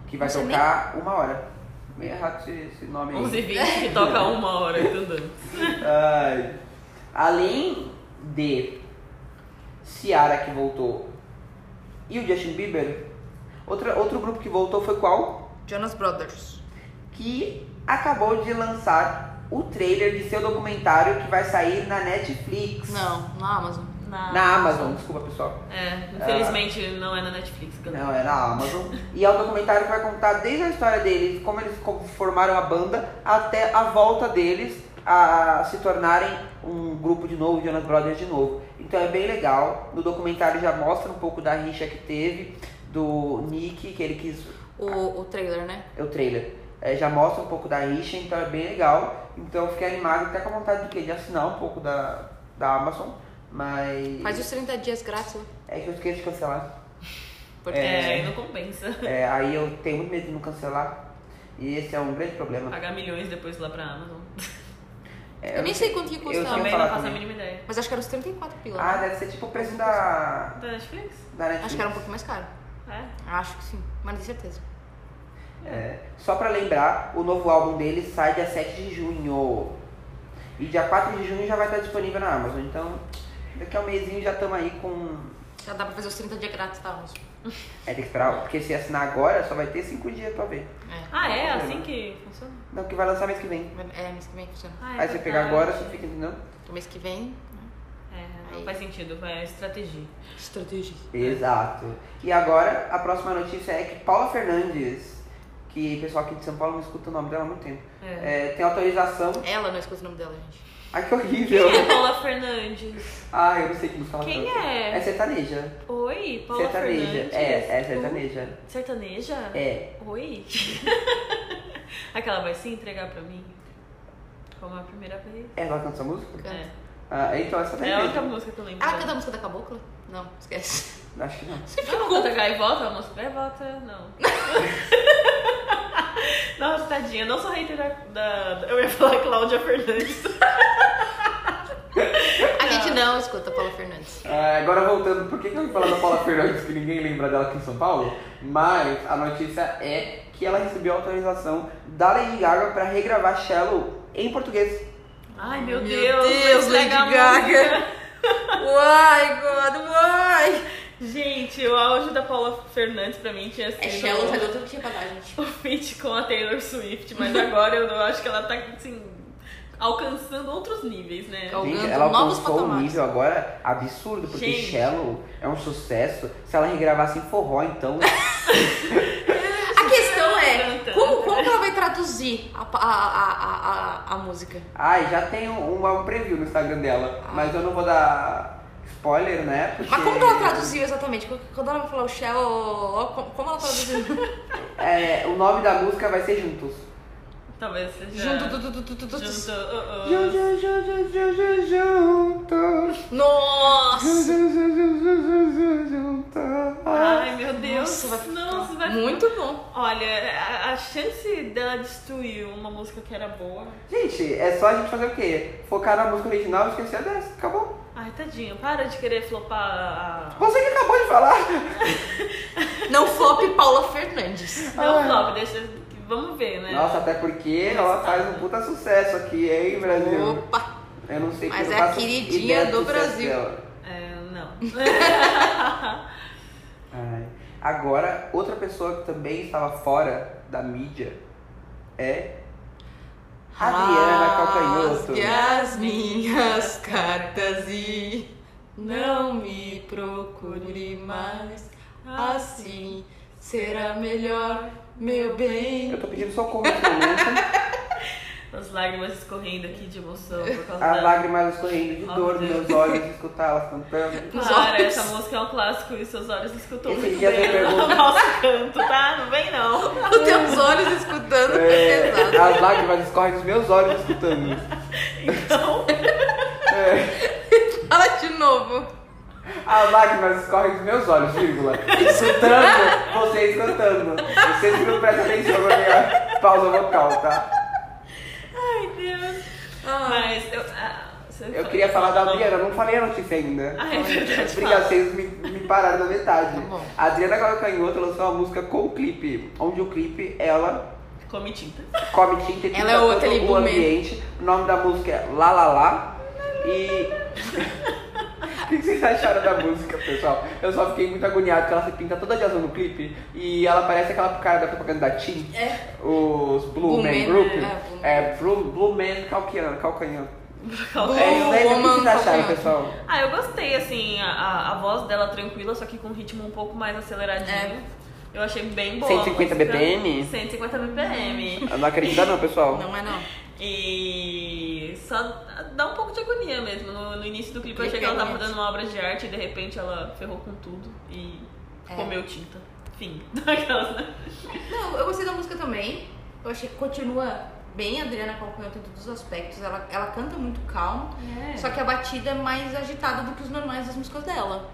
A: Que vai
C: Você nem-
A: tocar uma hora. Meio errado esse, esse nome aí.
B: 11 h 20 que toca uma hora tudo.
A: Ai. Além de Ciara que voltou e o Justin Bieber, outra, outro grupo que voltou foi qual?
C: Jonas Brothers.
A: Que acabou de lançar o trailer de seu documentário que vai sair na Netflix.
C: Não, na Amazon.
A: Na Amazon, desculpa pessoal.
B: É, infelizmente não é na Netflix, galera.
A: Não, é na Amazon. e é um documentário que vai contar desde a história deles, como eles co- formaram a banda, até a volta deles a se tornarem um grupo de novo, Jonas Brothers de novo. Então é bem legal. No documentário já mostra um pouco da rixa que teve, do Nick, que ele quis
C: O, o trailer, né?
A: é o trailer. É, já mostra um pouco da rixa, então é bem legal. Então eu fiquei animado, até com vontade de, quê? de assinar um pouco da, da Amazon, mas
C: Faz os 30 dias grátis. né?
A: é que eu esqueci de cancelar.
C: Porque
B: É, não compensa.
A: É, aí eu tenho muito medo de não cancelar. E esse é um grande problema.
B: Pagar milhões depois lá pra Amazon.
A: É,
C: eu nem sei quanto que custa.
A: eu
C: não.
A: tinha
B: Também
A: falar
B: não faço a
A: também.
B: mínima ideia.
C: Mas acho que era os 34 pila.
A: Ah,
C: né?
A: deve ser tipo o preço da,
B: Da Netflix?
A: da Netflix.
C: Acho que era um pouco mais caro.
B: É.
C: Acho que sim, mas não tenho certeza.
A: É, Só pra lembrar, o novo álbum dele sai dia 7 de junho. E dia 4 de junho já vai estar disponível na Amazon. Então, daqui a um mêsinho já estamos aí com.
C: Já dá pra fazer os 30 dias grátis tá, da Amazon.
A: É, tem que esperar, porque se assinar agora só vai ter 5 dias pra ver.
C: É,
B: Ah, é? Assim que funciona?
A: Não, que vai lançar mês que vem.
C: é mês que vem que funciona.
B: Ah, é
A: Aí você pegar
B: verdade.
A: agora, você fica entendendo?
C: Então, mês que vem. né?
B: É, não faz sentido, vai é estratégia.
C: Estratégia.
A: Exato. E agora, a próxima notícia é que Paula Fernandes, que o pessoal aqui de São Paulo não escuta o nome dela há muito tempo,
B: É.
A: é, tem autorização.
C: Ela não escuta o nome dela, gente.
A: Ai, que horrível!
B: Quem é Paula Fernandes?
A: Ah, eu não sei que música ela
B: Quem
A: canta.
B: é?
A: É sertaneja.
B: Oi, Paula
A: sertaneja.
B: Fernandes. Ah.
A: É, é sertaneja.
B: Tu- Sertaneja?
A: É.
B: Oi? Aquela vai se entregar pra mim? Como a primeira vez?
A: Ela canta essa música?
C: Canta.
B: É.
A: Ah, então é sertaneja.
B: É a única música que eu lembro.
C: Ela Ah, canta a música da Cabocla? Não, esquece.
A: Acho que não.
C: Você
B: Ela canta gaivota, a música gaivota, não. Nossa, tadinha, não sou hater da, da- da- Eu ia falar Cláudia Fernandes.
C: A gente não escuta a Paula Fernandes.
A: Ah, agora voltando, por que, que eu fui falar da Paula Fernandes que ninguém lembra dela aqui em São Paulo? Mas a notícia é que ela recebeu autorização da Lady Gaga pra regravar Shallow em português.
B: Ai, meu,
C: Meu
B: Deus,
C: Deus,
B: vai estragar
C: Lady
B: a
C: Gaga.
B: música.
C: Why, God, why?
B: Gente, o auge da Paula Fernandes pra mim tinha sido
C: É Shallow faz outro dia pra dar, gente.
B: o feat com a Taylor Swift, mas agora eu acho que ela tá, assim, alcançando outros níveis, né?
C: Al-
A: Gente,
C: Galgando
A: ela
C: Então, novos
A: alcançou um
C: patamares.
A: nível agora absurdo, porque
B: Gente.
A: Shallow é um sucesso. Se ela regravasse em forró, então.
C: A questão é, como, como que ela vai traduzir a, pa- a, a, a, a, a música?
A: Ai, já tem um, um- um preview no Instagram dela, mas eu não vou dar spoiler, né? Porque...
C: Ah. Mas como que ela traduziu exatamente? Quando ela vai falar o Shell, como- como ela traduziu?
A: É, o nome da música vai ser Juntos.
B: Talvez seja...
C: Junto, tu, tu, tu, tu, tu, tu.
B: Junto, oh, oh.
A: Ju- ju- ju- ju- ju- ju- Juntos. Ju-
C: Nossa!
A: ju- ju- ju- ju- ju- ju- Juntos.
C: Ah.
B: Ai, meu Deus.
C: Nossa, vai
B: Nossa,
C: ficar
B: vai ficar-
C: Muito bom.
B: Olha, a, a chance dela destruir uma música que era boa...
A: Gente, é só a gente fazer o quê? Focar na música original e esquecer dessa. Acabou.
B: Ai, tadinho, para de querer flopar a...
A: Você que acabou de falar.
C: Não flop Paula Fernandes.
B: Não, flop, deixa... Vamos ver, né?
A: Nossa, até porque ela faz um puta sucesso aqui, hein, Brasil?
C: Opa!
A: Eu não sei
C: Mas
A: eu
C: é
A: faço
C: a queridinha
A: ideia
C: do
A: sucesso
C: Brasil.
A: dela.
B: É, não.
A: Ai. Agora, outra pessoa que também estava fora da mídia é Adriana Calcanhoto.
C: as minhas cartas e não me procure mais. Assim será melhor, meu
A: Eu
C: bem.
A: tô pedindo socorro nesse momento.
B: As lágrimas escorrendo aqui de emoção por causa
A: As
B: da-
A: lágrimas escorrendo de
B: Oh,
A: dor nos
B: meu
A: meus olhos de escutar ela cantando.
C: Nos
B: Para,
C: olhos.
B: essa música é um clássico e seus olhos escutou
A: Esse
B: muito
A: dia tem
B: bem
A: pergunta.
B: no nosso canto, tá? Não vem não.
C: Os teus olhos escutando
A: É,
C: pesado.
A: as lágrimas escorrem dos meus olhos escutando isso.
B: Então,
A: É,
C: Fala de novo.
A: as lágrimas escorrem dos meus olhos, vírgula. Escutando, vocês cantando. Vocês que não prestam atenção na minha pausa vocal, tá?
B: ai Deus.
C: Ah,
B: Mas eu. ah, você
A: Eu
B: falou-
A: queria falar da Adriana, eu não falei a notícia ainda.
B: Ah, é verdade.
A: Obrigado, vocês me, me pararam na metade.
C: Tá bom.
A: a Adriana Calcanhoto lançou uma música com o clipe, onde o clipe ela
B: Come tinta.
A: come tinta e tinta
C: Ela é outra,
A: todo
C: ele
A: o
C: boomer.
A: ambiente. O nome da música é La La La. E. O que vocês acharam da música, pessoal? Eu só fiquei muito agoniado porque ela se pinta toda de azul no clipe e ela parece aquela cara da propaganda da Tim,
C: É.
A: os Blue,
C: Blue
A: Man,
C: Man,
A: Group.
C: é,
A: É, Blue, Blue Man Calcanhoto. Calcanhoto.
C: Blue
A: É isso aí, o que vocês
C: Oh, Woman
A: acharam,
C: Calcanhoto.
A: pessoal?
B: Ah, eu gostei, assim, a- a, a voz dela tranquila, só que com um ritmo um pouco mais aceleradinho.
C: É.
B: Eu achei bem boa. a
A: 150
B: música.
A: BPM?
B: 150 BPM.
A: Eu não acredito não, pessoal.
C: não é não.
B: E só dá um pouco de agonia mesmo. No, no início do clipe eu achei que ela tava fazendo uma obra de arte e de repente ela ferrou com tudo e
C: É.
B: comeu tinta. Fim. Daquelas, né?
C: Não, eu gostei da música também. Eu achei que continua bem a Adriana Calcanhoto em todos os aspectos. Ela, ela canta muito calmo, só que a batida é mais agitada do que os normais das músicas dela.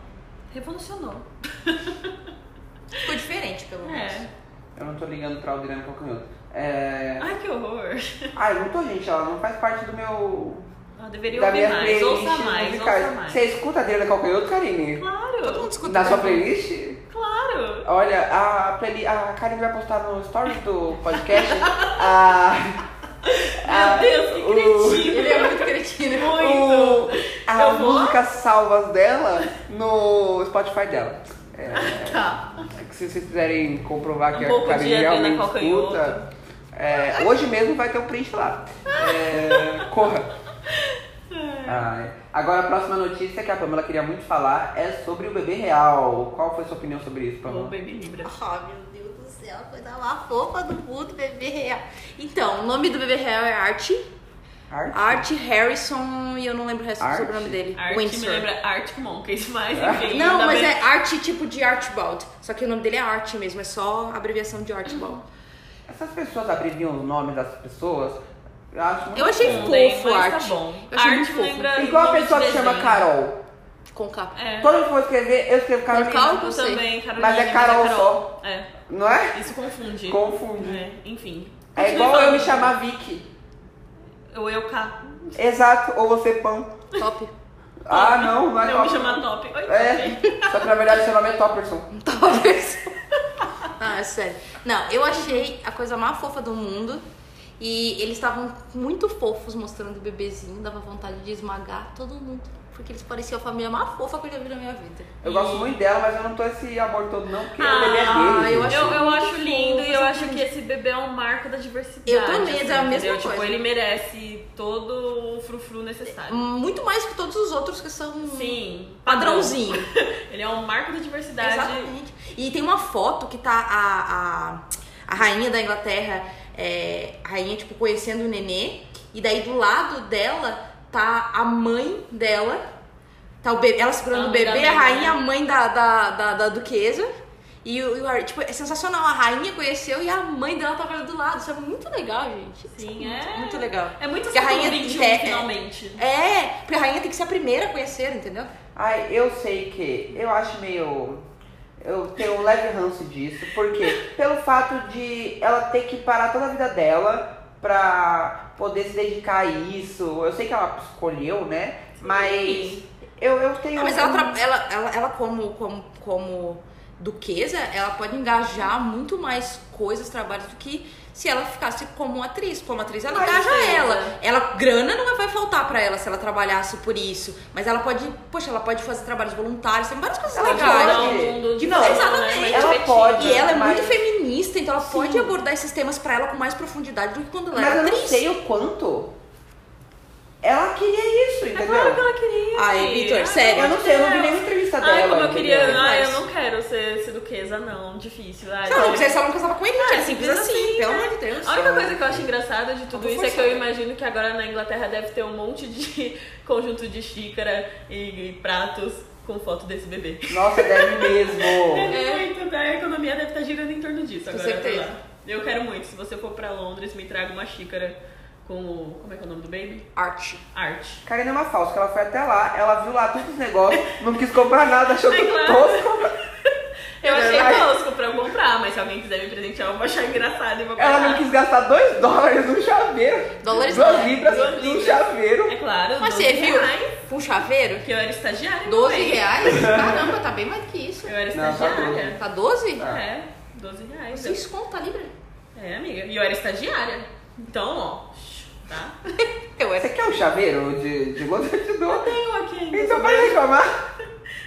B: Revolucionou.
C: Ficou diferente, pelo menos.
B: É.
A: Eu não tô ligando pra Aldirana Calcanhoto. É...
B: Ai, que horror.
A: Ah, eu não tô, gente. Ela não faz parte do meu...
B: Ela deveria
A: da
B: ouvir
A: minha
B: mais.
A: playlist
B: Ouça mais,
A: musical.
B: ouça mais.
A: Você escuta a Adriana Calcanhoto, Karine?
C: Todo mundo
B: Claro,
C: escuta.
A: Na sua
C: né?
A: playlist?
B: claro.
A: Olha, a, playli- a Karine vai postar no stories do podcast a... a-
B: Meu Deus, que
A: Ah, o-
B: cretino.
C: Ele é muito cretino.
B: Muito.
A: o- as
B: Eu vou?
A: músicas salvas dela no Spotify dela. É.
B: Tá.
A: Se vocês quiserem comprovar
B: Um
A: que a
B: pouco
A: Karine
B: de Adriana
A: realmente
B: Calcanhoto.
A: escuta, é, hoje mesmo vai ter um print lá. É, corra!
B: É.
A: Ai. Agora a próxima notícia que a Pamela queria muito falar é sobre o bebê real. Qual foi sua opinião sobre isso,
B: Ô,
A: Pamela?
B: Baby Libra.
C: Oh, meu Deus do céu, coisa mais fofa do mundo, bebê real. Então, o nome do bebê real é Art.
A: Arte?
C: Art Harrison, e eu não lembro o resto do
A: Art?
C: sobrenome dele.
B: Arte me
C: Windsor.
B: lembra Arctic Monkeys, mas
A: Ah.
B: enfim.
C: Não,
B: ainda
C: mas
B: bem-
C: é arte tipo de Archibald. Só que o nome dele é arte mesmo, é só a abreviação de Archibald.
A: Essas pessoas abreviam os nomes das pessoas. Eu acho muito
C: Eu achei
A: estranho.
B: Bem,
C: fofo,
B: mas
C: arte.
B: Tá bom.
C: Eu achei
B: Arte
C: muito
B: me
C: fofo.
B: lembra.
A: Igual a
B: nome de
A: pessoa que chama
B: desenho.
A: Carol.
C: Com capa.
B: É.
A: Todo mundo que for escrever, eu escrevo Carolina.
C: Cal?
B: Eu
C: Você.
B: também, Carolina.
A: Mas é Carol só.
B: É,
A: Não é?
B: isso confunde.
A: Confunde.
B: É, enfim.
A: É
B: Continue
A: igual
B: falando.
A: eu me chamar Vicky.
B: Ou eu cá.
A: Exato, ou você pão.
C: Top.
A: Ah, não, não é
B: Eu me
A: top.
B: chamar Top. Oi, Top.
A: É, só que na verdade seu nome é Topperson.
C: Talvez. ah, é sério. Não, eu achei a coisa mais fofa do mundo. E eles estavam muito fofos mostrando o bebezinho. Dava vontade de esmagar todo mundo. porque eles pareciam a família mais fofa que eu já vi na minha vida.
A: Eu
C: E-
A: gosto muito dela, mas eu não tô esse amor todo, não, porque o bebê é
C: Ah,
A: dele.
C: eu
A: gente.
C: acho
B: Eu, eu
C: muito
B: acho lindo e
C: fofo,
B: eu
C: gente.
B: acho que esse bebê é um marco da diversidade.
C: Eu também, é a mesma
B: entendeu? Tipo,
C: coisa.
B: ele merece todo o frufru necessário.
C: Muito mais que todos os outros que são
B: Sim.
C: Uhum. padrãozinho.
B: Ele é um marco da diversidade.
C: Exatamente. E tem uma foto que tá a, a, a rainha da Inglaterra, é, a rainha, tipo, conhecendo o nenê. E daí do lado dela tá a mãe dela. Tá o bebê, ela segurando
B: A
C: o
B: mãe da
C: bebê, a
B: mãe,
C: rainha, a
B: né?
C: mãe da, da, da, da duquesa. E, o, e o Harry, tipo, é sensacional. A rainha conheceu e a mãe dela tava ali do lado. Isso é muito legal, gente. Isso
B: Sim,
C: muito,
B: é.
C: Muito legal.
B: É muito
C: Porque a rainha
B: século XXI,
C: é- é-
B: finalmente.
C: É, porque a rainha tem que ser a primeira a conhecer, entendeu?
A: Ai, eu sei que eu acho meio. Eu tenho um leve ranço disso, porque pelo fato de ela ter que parar toda a vida dela pra poder se dedicar a isso. Eu sei que ela escolheu, né? Mas eu, eu tenho.
C: Não, Ah, mas ela,
A: um-
C: tra- ela, ela, ela como, como, como duquesa, ela pode engajar muito mais coisas, trabalhos do que se ela ficasse como atriz. Como atriz, ela
B: Com
C: engaja
B: certeza.
C: ela. Ela grana não vai faltar pra ela se ela trabalhasse por isso. Mas ela pode, poxa, ela pode fazer trabalhos voluntários, tem várias coisas
A: Ela
C: legais.
A: pode.
B: um mundo
A: Que não,
B: né,
C: exatamente.
B: mais
A: Ela
B: divertido.
A: pode.
C: E ela é muito
A: Mas-
C: feminista, então ela pode
A: Sim.
C: abordar esses temas pra ela com mais profundidade do que quando ela
A: Mas
C: era
A: eu não
C: atriz.
A: sei o quanto ela queria isso,
B: É
A: entendeu?
B: claro que ela queria.
C: Ai, Vitor,
B: Ah,
C: sério.
A: Eu não sei, eu não vi nenhuma entrevista dela.
B: Ai, como eu queria.
A: entendeu?
B: Ai, eu não quero ser, ser duquesa, não. Difícil. Ai,
C: Não,
B: sério.
C: vocês só não casavam com ele,
B: Ah,
C: é simples assim, pelo amor de Deus.
B: A única coisa que eu acho engraçada de tudo
C: Vou
B: isso é que
C: forçar.
B: eu imagino que agora na Inglaterra deve ter um monte de conjunto de xícara e, e pratos com foto desse bebê.
A: Nossa, deve mesmo.
B: É. Muito, né? A economia deve estar girando em torno disso
C: Com
B: agora. pra
C: certeza.
B: lá. Eu quero muito. Se você for pra Londres, me traga uma xícara com o. Como é que é o nome do baby?
C: Arte.
B: Arte.
A: Karina é uma falsa, que ela foi até lá, ela viu lá todos os negócios, não quis comprar nada, achou
B: É
A: tudo
B: claro.
A: tosco.
B: Eu
A: É
B: achei
A: verdade.
B: tosco pra eu comprar, mas se alguém quiser me presentear, eu vou achar engraçado e vou comprar.
A: Ela não quis gastar dois dólares num chaveiro.
C: Dólares
A: Duas
C: não,
A: libras
B: né? duas
A: num
B: libras.
A: chaveiro.
B: É claro,
C: Mas
B: 12
C: você viu?
B: reais,
C: Com um chaveiro?
B: porque eu era estagiária.
C: 12
B: também.
C: reais? Caramba, tá bem mais do que isso.
B: Eu era
A: Não, tá
B: estagiária.
C: Tá 12?
A: Ah.
B: É, 12 reais.
C: Vocês contam tá a libra?
B: É, amiga. E eu era estagiária. Então, ó, tá?
C: Eu
A: Você
C: era.
A: quer um chaveiro de, de gota de dor?
B: Tenho aqui ainda.
A: Então para reclamar.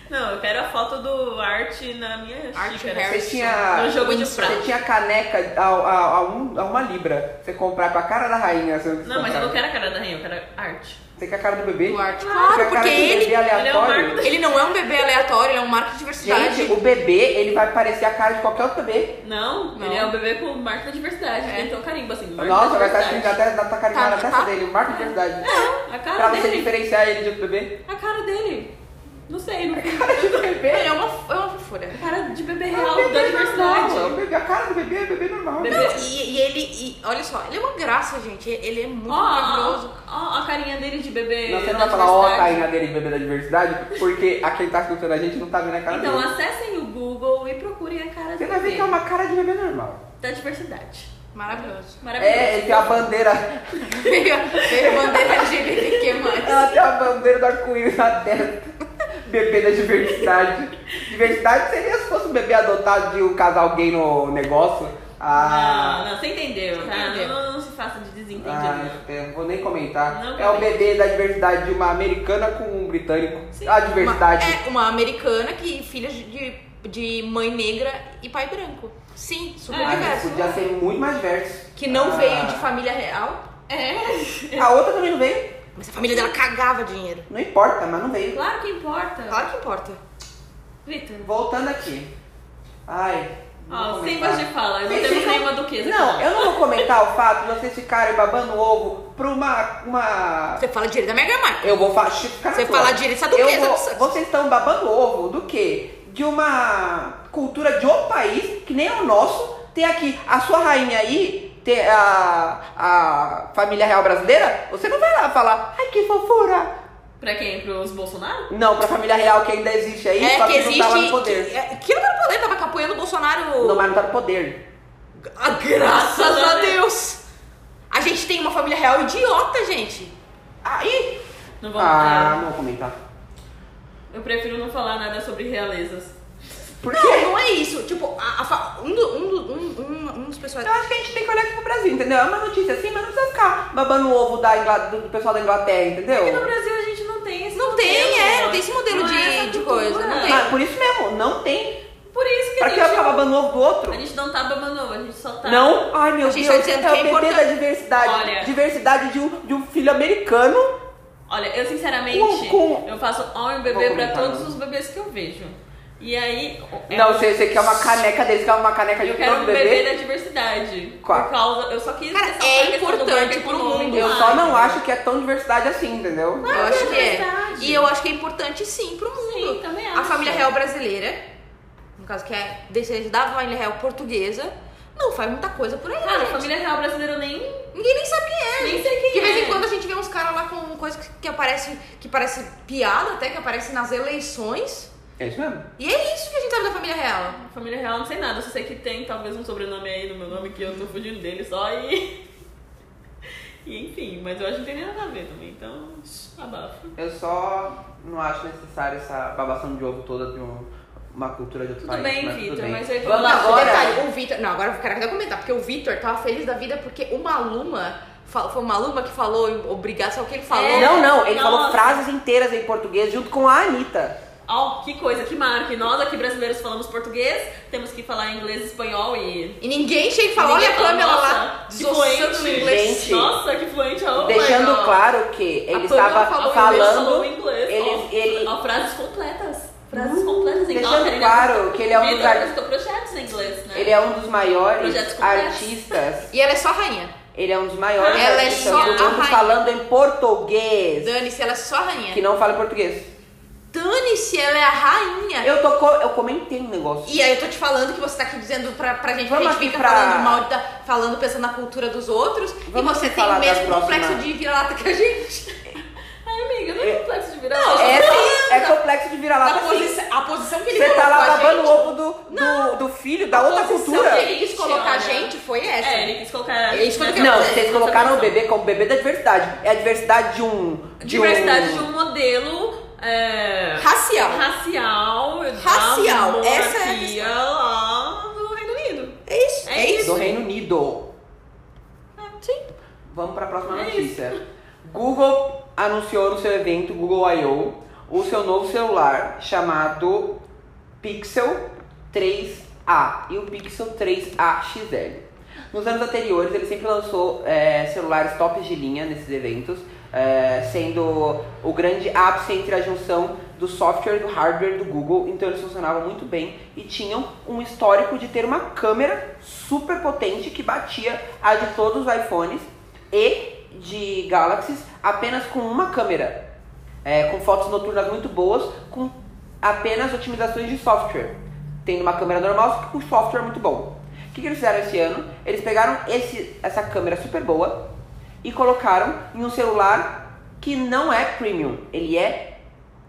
B: Não, eu quero a foto do Arte na minha
C: é Art
B: xícara.
C: Harry.
A: né? Você tinha.
B: No jogo de
A: Você
B: prato.
A: tinha caneca a, a- a um- a uma libra. Você comprar com a cara da rainha. Você quis
B: Não, mas
A: comprar.
B: eu não quero a cara da rainha, eu quero arte.
A: Você quer a cara do bebê?
C: Do arte.
A: Você
C: Claro,
A: quer a cara
C: porque
A: de
C: ele-
A: bebê aleatório?
B: ele é o Marco
C: Ele não é um bebê aleatório, ele é um marco de diversidade.
A: Gente, o bebê, ele vai parecer a cara de qualquer outro bebê.
B: Não,
C: Não.
B: ele é o bebê com marca da diversidade. né? Então carimba assim, marca
A: É. Nossa,
B: da
A: vai estar xingando
B: diversidade.
A: até na tua cara de
C: Tá,
A: na
C: tá.
A: testa dele. Marca de verdade.
B: A
A: Pra
B: cara
A: você
B: dele.
A: diferenciar ele de outro bebê?
B: A cara dele. Não sei, não sei.
A: Cara de bebê?
C: Ele é uma, é uma fofura.
B: A cara de bebê
A: É um
B: real da
A: bebê
B: diversidade.
A: normal. É um bebê- A cara do bebê é bebê normal.
B: Bebê.
C: Não, e, e ele. e olha só, ele é uma graça, gente. Ele é muito
B: Ó,
A: Ah.
C: maravilhoso.
B: ó, ó, a carinha dele de bebê.
A: Não, você não
B: da
A: vai falar, ó, tá a
B: diversidade.
A: carinha dele bebê da diversidade, porque a quem tá escutando a gente não tá vendo a cara
B: Então
A: dele.
B: acessem o Google e procurem a cara
A: Você
B: do
A: vai ver
B: bebê
A: que é uma cara de bebê normal.
B: da diversidade.
C: Maravilhoso.
B: Maravilhoso.
A: É, ele tem a bandeira,
C: Veio veio a bandeira LGBTQ.
A: ela tem a bandeira do arco-íris na testa. Bebê da diversidade. Diversidade seria se fosse um bebê adotado de um casal gay no negócio. Ah,
B: Não, não, você entendeu, tá?
C: Entendeu.
B: Não, não, não se faça de desentendido.
A: Ah,
B: não.
A: é, vou nem comentar.
B: Não
A: é o
B: comente.
A: bebê da diversidade de uma americana com um britânico.
B: Sim.
A: A diversidade.
C: Uma, é, uma americana que filha de, de mãe negra e pai branco. Sim, super
B: É.
A: Ah, mas
C: diverso.
A: podia ser muito mais verso.
C: Que não veio de
A: Ah,
C: família real,
B: É,
A: A outra também não veio.
C: mas a família dela cagava dinheiro.
A: Não importa, mas não veio.
B: claro que importa.
C: Claro que importa.
B: Vitor.
A: Voltando aqui. Ai. não vou
B: Ó, sem
A: comentar.
B: voz de fala, eu não
A: Vocês
B: temos
A: ficam-
B: nenhuma duquesa.
A: Não, eu não vou comentar o fato de vocês ficarem babando ovo pra uma. uma...
C: Você fala direito da Mega Mark.
A: Eu vou falar. Fica na
C: Você
A: tua.
C: fala direito da duquesa
A: Eu vou-
C: do Santos.
A: Vocês estão babando ovo do quê? De uma cultura de outro país, que nem é o nosso. Tem aqui a sua rainha aí, tem a, a família real brasileira. Você não vai lá falar, ai que fofura.
B: Pra quem? Pros Bolsonaro?
A: Não, pra família real que ainda existe aí, só
C: É
A: que,
C: que existe.
A: não tá lá no poder.
C: Que, é, que não tá no poder, tava apoiando o Bolsonaro.
A: Não, mas não tá no poder.
C: Ah, graças
B: Não,
C: a
B: né?
C: Deus! A gente tem uma família real idiota, gente.
A: Aí.
B: Não vou
A: Ah, não vou comentar.
B: é, Eu prefiro não falar nada sobre realezas.
A: Por
C: Não,
A: quê?
C: não é isso. Tipo, a- a fa- um, do- um do- um- um- um dos pessoais.
A: Eu acho que a gente tem que olhar aqui pro Brasil, entendeu? É uma notícia assim, mas não
B: É
A: precisa ficar babando ovo da Ingla- do do pessoal da Inglaterra, entendeu?
B: Aqui no Brasil a gente não tem esse
C: Não tem,
B: modelo,
C: tem esse modelo
B: Não
C: de,
B: é essa
C: de
B: cultura.
C: coisa. Não tem.
A: Mas Ah, por isso mesmo, não tem.
B: Por isso que
A: Pra
B: a
A: que
B: gente.
A: eu ficar babando ovo do outro?
B: A gente não tá babando, a gente só tá.
A: Não? Ai, meu
C: A gente
A: Deus,
C: tá dizendo
A: é
C: que
A: o
C: é
A: bebê
C: importante.
A: da diversidade.
B: Olha.
A: Diversidade de um, de um filho americano.
B: Olha, eu sinceramente,
A: Com- com-
B: eu faço homem
A: Vou
B: bebê pra
A: comentar,
B: todos
A: não.
B: os bebês que eu vejo. E aí. é
A: não,
B: um-
A: você, você quer uma caneca desse, quer uma caneca de
B: Eu quero um
A: todo
B: bebê,
A: bebê.
B: da diversidade.
A: Qual?
B: Por causa. Eu só quis
C: Cara,
B: ressaltar
C: é
B: a questão do
C: importante
B: marketing
C: pro
B: econômico,
C: mundo.
A: Eu só não
B: mas-
A: acho que é tão diversidade assim, entendeu?
C: Eu acho que é.
B: verdade.
C: E eu acho que é importante sim pro mundo.
B: Sim, também
C: a
B: acho.
C: família real brasileira, no caso que é descendente da família real portuguesa, não faz muita coisa por aí.
B: Cara, a
C: gente.
B: família real brasileira eu nem
C: Ninguém nem sabe quem é.
B: Nem sei quem
C: De vez
B: é.
C: em quando a gente vê uns caras lá com coisa que, que aparece, que parece piada até, que aparece nas eleições.
A: É isso mesmo.
C: E é isso que a gente sabe da família real.
B: Família real, não sei nada. Eu só sei que tem talvez um sobrenome aí no meu nome que eu tô fugindo dele só e. E enfim, mas eu acho que não tem nem nada a ver também, então. shh, Abafa.
A: Eu só não acho necessário essa babação de ovo toda de um- uma cultura de outro país.
B: Tudo bem,
A: mas tudo
B: Vitor,
A: bem.
B: mas aí
A: Vamos
B: vamos lá,
A: agora.
C: Detalhe, o Vitor. Não, agora eu quero até comentar, porque o Vitor tava feliz da vida porque uma aluna. fa- Foi uma aluna que falou em obrigado, sabe o que ele falou?
B: É.
A: Não, não, ele
B: Nossa.
A: falou frases inteiras em português junto com a Anitta.
B: Ó, que coisa, que marca. E nós aqui brasileiros falamos português, temos que falar inglês, espanhol e.
C: E ninguém chega e fala, olha a
B: Ninguém fala,
C: câmera lá,
B: nossa, que
C: desossando no
B: fluente.
C: inglês.
A: Gente,
B: Nossa, que fluente, oh my
A: deixando
B: God.
A: claro que ele
C: A Pamela
A: estava
C: falou
A: falando.
B: Ele falou inglês. Oh. ó,
A: ele, ele, Hum,
B: ó, frases completas. Frases completas Então, em
A: deixando
B: inglês.
A: claro que ele é um dos ar-
B: projetos em inglês, né?
A: ele é um dos maiores
B: Projetos completos.
A: artistas.
C: E ela é só rainha.
A: Ele é um dos maiores
B: Ela é
A: artistas
B: só
A: do
C: a
A: mundo
C: rainha.
A: falando em português.
C: Dane-se, ela é só rainha.
A: Que não fala português.
C: Dane-se, ela é a rainha.
A: Eu, tô, co- eu comentei um negócio.
B: é
C: E aí eu tô te falando que você tá aqui dizendo pra, pra gente que a
A: Vamos
C: gente
A: aqui
C: fica
A: pra-
C: falando mal, da, falando, pensando na cultura dos outros.
A: Vamos
C: e você tem
A: falar da
C: o mesmo
A: próxima.
C: complexo de vira-lata que a gente.
B: Ai, amiga, não é complexo de virar.
C: Não,
B: lata.
A: É,
C: falando.
A: é complexo de virar
C: Da
A: lata assim.
C: posição, a posição que ele
A: Você tá
C: colocou
A: lá
C: a
A: babando o
C: gente.
A: ovo do, do, do filho da outra
C: a posição
A: cultura.
C: que ele quis colocar a
B: Gente, olha.
C: gente foi essa.
B: É, ele quis colocar.
C: Eles colocaram-
A: Não,
C: Quer dizer,
A: vocês colocaram o bebê como bebê da diversidade. É a diversidade de um. De
B: Diversidade
A: um...
B: de um modelo é,
C: Racial.
B: racial.
C: Racial,
B: da
C: essa é a
B: monarquia lá do Reino Unido.
C: É isso.
B: É
C: É isso.
A: do Reino Unido.
C: Sim.
A: Vamos para a próxima
B: É
A: notícia. Google anunciou no seu evento Google I.O. o seu novo celular chamado Pixel 3A e o Pixel 3A XL. Nos anos anteriores, ele sempre lançou é, celulares tops de linha nesses eventos, é, sendo o grande ápice entre a junção do software e do hardware do Google, então eles funcionavam muito bem e tinham um histórico de ter uma câmera super potente que batia a de todos os iPhones e de Galaxies apenas com uma câmera, é, com fotos noturnas muito boas, com apenas otimizações de software, tendo uma câmera normal só que com software muito bom. O que, que eles fizeram esse ano? Eles pegaram esse, essa câmera super boa e colocaram em um celular que não é premium, ele é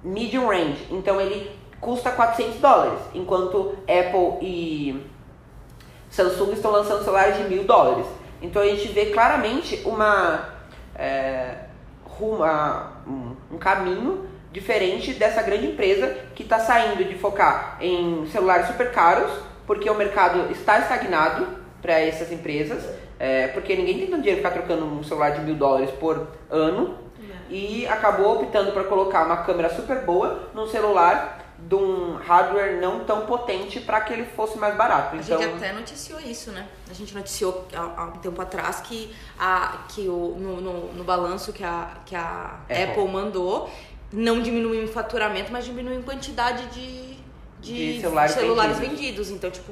A: medium range, então ele custa 400 dólares, enquanto Apple e Samsung estão lançando celulares de mil dólares. Então a gente vê claramente uma, é, rumo a- um, um caminho diferente dessa grande empresa que está saindo de focar em celulares super caros, porque o mercado está estagnado para essas empresas, é, porque ninguém tem tanto dinheiro para ficar trocando um celular de mil dólares por ano,
C: É.
A: e acabou optando por colocar uma câmera super boa num celular de um hardware não tão potente para que ele fosse mais barato.
C: A
A: Então,
C: gente até noticiou isso, né? A gente noticiou há, há um tempo atrás que, a, que o, no, no, no balanço que a, que a
A: Apple.
C: Apple. mandou, não diminuiu em faturamento, mas diminuiu em quantidade de, de,
A: De celulares
C: celulares
A: vendidos.
C: vendidos. Então, tipo,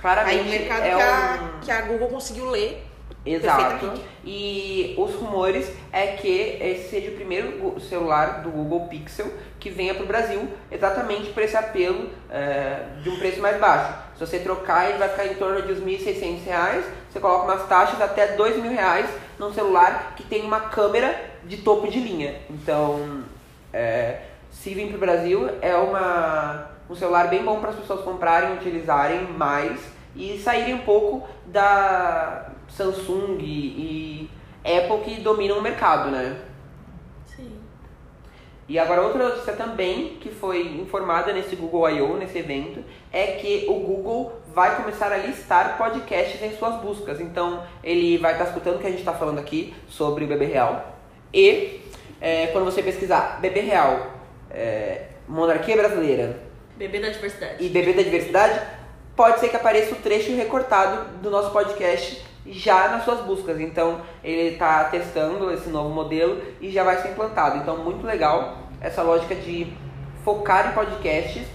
A: Claramente
C: aí o mercado tá
A: é
C: que,
A: um...
C: a, que a Google conseguiu ler.
A: Exato.
C: perfeitamente.
A: E os rumores é que esse seja o primeiro gu- celular do Google Pixel que venha para o Brasil, exatamente por esse apelo é, de um preço mais baixo. Se você trocar, ele vai ficar em torno de uns R$ 1.600, reais, você coloca umas taxas até R$ 2.000 reais num celular que tem uma câmera de topo de linha. Então, é, se vir para o Brasil, é uma, um celular bem bom para as pessoas comprarem, utilizarem mais e saírem um pouco da Samsung e e Apple que dominam o mercado, né?
B: Sim.
A: E agora outra notícia também que foi informada nesse Google I.O., nesse evento, é que o Google vai começar a listar podcasts em suas buscas. Então ele vai estar escutando o que a gente está falando aqui sobre o bebê real. E é, quando você pesquisar bebê real é, Monarquia Brasileira
B: Bebê da diversidade.
A: e Bebê da Diversidade, pode ser que apareça o trecho recortado do nosso podcast já nas suas buscas. Então ele está testando esse novo modelo e já vai ser implantado. Então muito legal essa lógica de focar em podcasts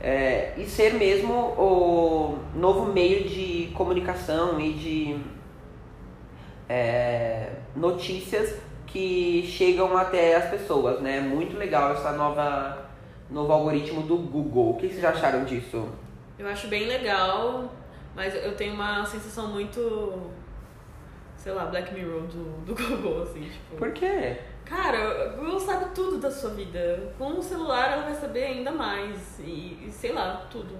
A: é, e ser mesmo o novo meio de comunicação e de é, notícias que chegam até as pessoas, né? Muito legal essa nova novo algoritmo do Google. O que vocês acharam disso?
B: Eu acho bem legal, mas eu tenho uma sensação muito. Sei lá, Black Mirror do, do Google, assim, tipo.
A: Por quê?
B: Cara, o Google sabe tudo da sua vida. Com o celular ela vai saber ainda mais. E, e sei lá, tudo.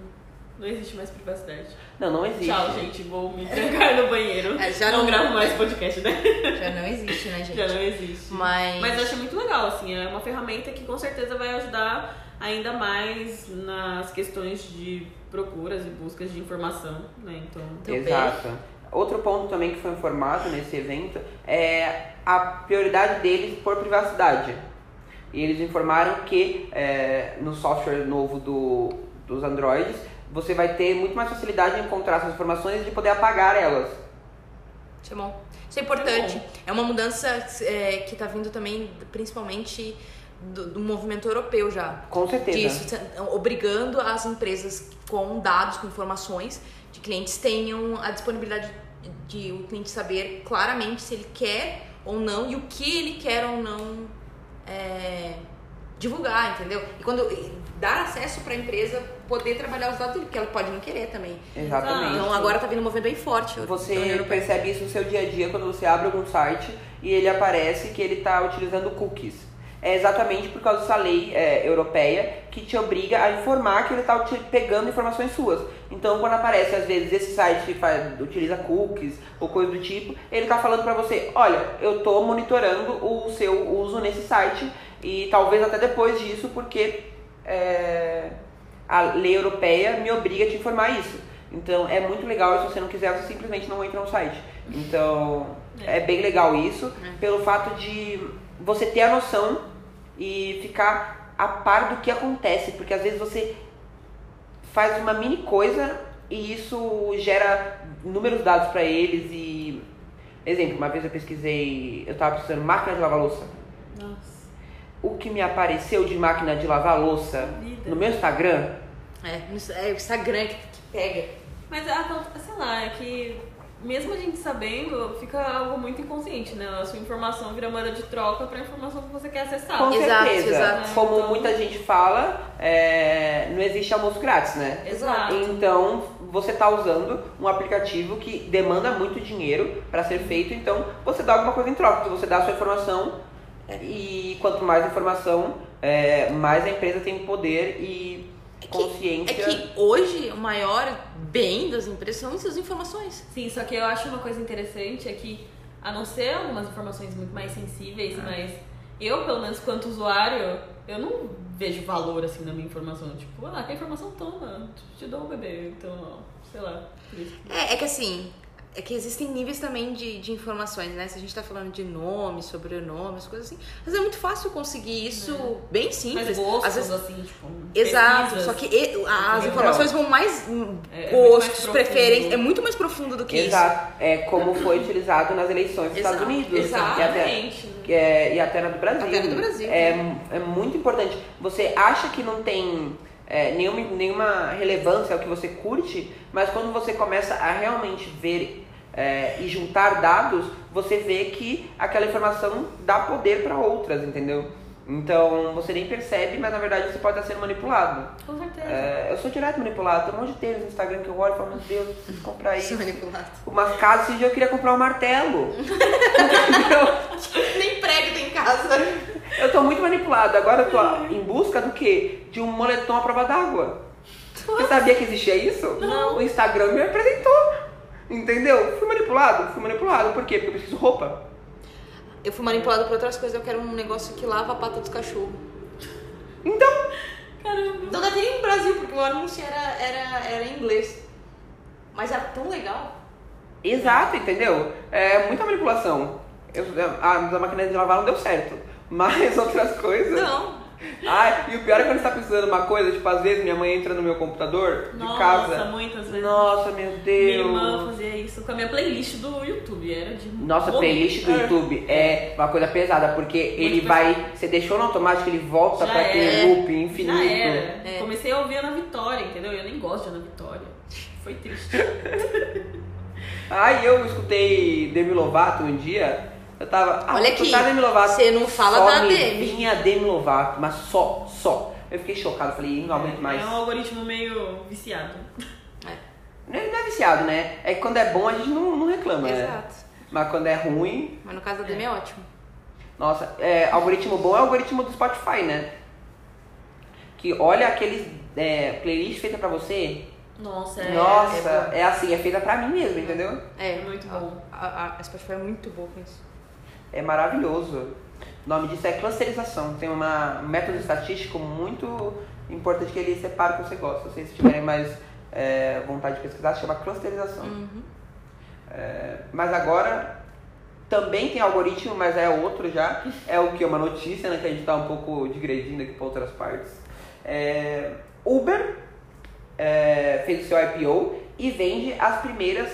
B: Não existe mais privacidade.
A: Não, não existe.
B: Tchau, gente. Vou me trancar no banheiro.
C: É, já
B: não,
C: não-
B: gravo mais podcast, né?
C: Já não existe, né, gente?
B: Já não existe.
C: Mas,
B: Mas eu achei muito legal, assim, é uma ferramenta que com certeza vai ajudar ainda mais nas questões de procuras e buscas de informação, né? Então,
C: Muito
A: Exato. Outro ponto também que foi informado nesse evento é a prioridade deles por privacidade. E eles informaram que é, no software novo do, dos Androids você vai ter muito mais facilidade de encontrar essas informações e de poder apagar elas.
C: Isso é bom. Isso é importante.
B: Isso é
C: É uma mudança é, que tá vindo também, principalmente, do, do movimento europeu já.
A: Com certeza.
C: Disso, se- obrigando as empresas com dados, com informações de clientes, tenham a disponibilidade de o cliente saber claramente se ele quer ou não e o que ele quer ou não é, divulgar, entendeu? E quando e dar acesso para a empresa poder trabalhar os dados dele, porque ela pode não querer também.
A: Exatamente.
C: Então agora tá vindo um movimento bem forte. da União
A: Você
C: Europeia.
A: percebe isso no seu dia a dia quando você abre algum site e ele aparece que ele está utilizando cookies. É exatamente por causa dessa lei é, europeia que te obriga a informar que ele está pegando informações suas. Então, quando aparece, às vezes, esse site que faz- utiliza cookies ou coisa do tipo, ele está falando para você: olha, eu estou monitorando o seu uso nesse site e talvez até depois disso, porque é, a lei europeia me obriga a te informar isso. Então é muito legal, e se você não quiser, você simplesmente não entra no site. Então é, bem legal isso, pelo fato de você ter a noção e ficar a par do que acontece, porque às vezes você faz uma mini coisa e isso gera inúmeros dados para eles e exemplo, uma vez eu pesquisei, eu tava precisando de máquina de lavar louça.
B: nossa,
A: O que me apareceu de máquina de lavar louça
B: vida.
A: no meu Instagram
C: É, no- é o Instagram que, que pega.
B: Mas, ah, sei lá, é que mesmo a gente sabendo, fica algo muito inconsciente, né? A sua informação vira moeda de troca pra informação que você quer acessar.
A: Com
C: Exato,
A: certeza.
C: exato.
A: Como
B: Então-
A: muita gente fala, é, não existe almoço grátis, né?
B: Exato.
A: Então, você está usando um aplicativo que demanda muito dinheiro para ser feito, então você dá alguma coisa em troca, você dá a sua informação e quanto mais informação, é, mais a empresa tem poder e
C: É que- É
A: consciência.
C: que hoje o maior bem das empresas são essas informações.
B: Sim, só que eu acho uma coisa interessante é que, a não ser algumas informações muito mais sensíveis, mas eu, pelo menos quanto usuário, eu não vejo valor assim na minha informação. Tipo, ah, que informação toma, te dou um bebê, então, sei lá. por isso que-
C: É, é que assim, é que existem níveis também de, de informações, né? Se a gente tá falando de nome, sobrenome, as coisas assim. Mas é muito fácil conseguir isso bem
B: Mas
C: simples.
B: gostos,
C: Às vezes-
B: assim, tipo.
C: Exato,
B: pesquisas.
C: só que e- as
A: Então.
C: informações vão mais hum,
B: É, é muito mais
C: gostos,
B: profundo.
C: preferências, é muito mais profundo do que
A: Exato. É como foi utilizado nas eleições dos
C: Exato,
A: Estados Unidos. né? E até,
B: Exatamente.
A: que é, e até na do Brasil.
C: Até na do Brasil.
A: É, é muito importante. Você acha que não tem é, nenhuma, nenhuma relevância ao que você curte, mas quando você começa a realmente ver é, e juntar dados, você vê que aquela informação dá poder para outras, entendeu? Então você nem percebe, mas na verdade você pode estar sendo manipulado.
B: Com certeza.
A: É, eu sou direto manipulado, tem um monte de tênis no Instagram que eu olho e falo, meu Deus, preciso comprar
C: isso.
A: isso.
C: manipulado.
A: Umas casas, esse dia eu queria comprar um martelo. Entendeu?
C: Nem prego tem em casa.
A: Eu tô muito manipulada. Agora eu tô em busca do quê? De um moletom à prova d'água. Você sabia que existia isso? Não. O Instagram me apresentou. Entendeu? Fui manipulado? Fui manipulado. Por quê? Porque eu preciso roupa.
C: Eu fui manipulada por outras coisas, eu quero um negócio que lava a pata dos cachorros.
A: Então,
B: Caramba.
C: Não Então, dá nem no Brasil, porque o anúncio era, era, era em inglês. Mas era tão legal.
A: exato, entendeu? É muita ah, manipulação. Eu, a, a máquina de lavar não deu certo. Mas outras coisas.
C: Não.
A: Ai, e o pior é quando você tá precisando de uma coisa, tipo, às vezes minha mãe entra no meu computador de
B: Nossa,
A: casa.
B: muitas vezes.
A: Nossa, meu
B: Minha
A: Deus.
B: irmã fazia isso com a minha playlist do YouTube. Era de.
A: Nossa,
B: vômito.
A: playlist do
B: É.
A: YouTube é uma coisa pesada, porque ele
B: pesado.
A: vai. Você deixou no automático, ele volta
B: Já
A: pra
B: era.
A: aquele loop
B: Já
A: infinito.
B: era.
C: É.
B: Comecei a ouvir Ana Vitória, entendeu? Eu nem gosto de Ana Vitória. Foi triste.
A: Ai, eu escutei Demi Lovato um dia. Eu tava. Ah,
C: Olha
A: tu
C: aqui,
A: tá Demi Lovato.
C: você não fala
A: só
C: da
A: me
C: Demi.
A: Vinha Demi Lovato, mas só, só. Eu fiquei chocado, falei, não aguento mais.
B: É um algoritmo meio viciado.
A: Não é não é viciado, né? É que quando é bom a gente não, não reclama, né?
C: Exato.
A: Mas quando é ruim,
C: Mas no caso da Demi é ótimo.
A: nossa, é, algoritmo bom é algoritmo do Spotify, né? Que olha aqueles é, playlist feita pra você.
B: Nossa, é.
A: nossa,
C: é
A: é, assim, é feita pra mim mesmo, entendeu?
C: É.
B: É muito bom.
C: A, a- a Spotify é muito boa com isso.
A: É maravilhoso. O nome disso é clusterização. Tem uma, um método estatístico muito importante que ele separa o que você gosta. Se vocês tiverem mais é, vontade de pesquisar, chama clusterização. É, mas agora também tem algoritmo, mas é outro já. É o que? Uma notícia, né? Que a gente tá um pouco digredindo aqui para outras partes. É, Uber é, fez o seu IPO e vende as primeiras.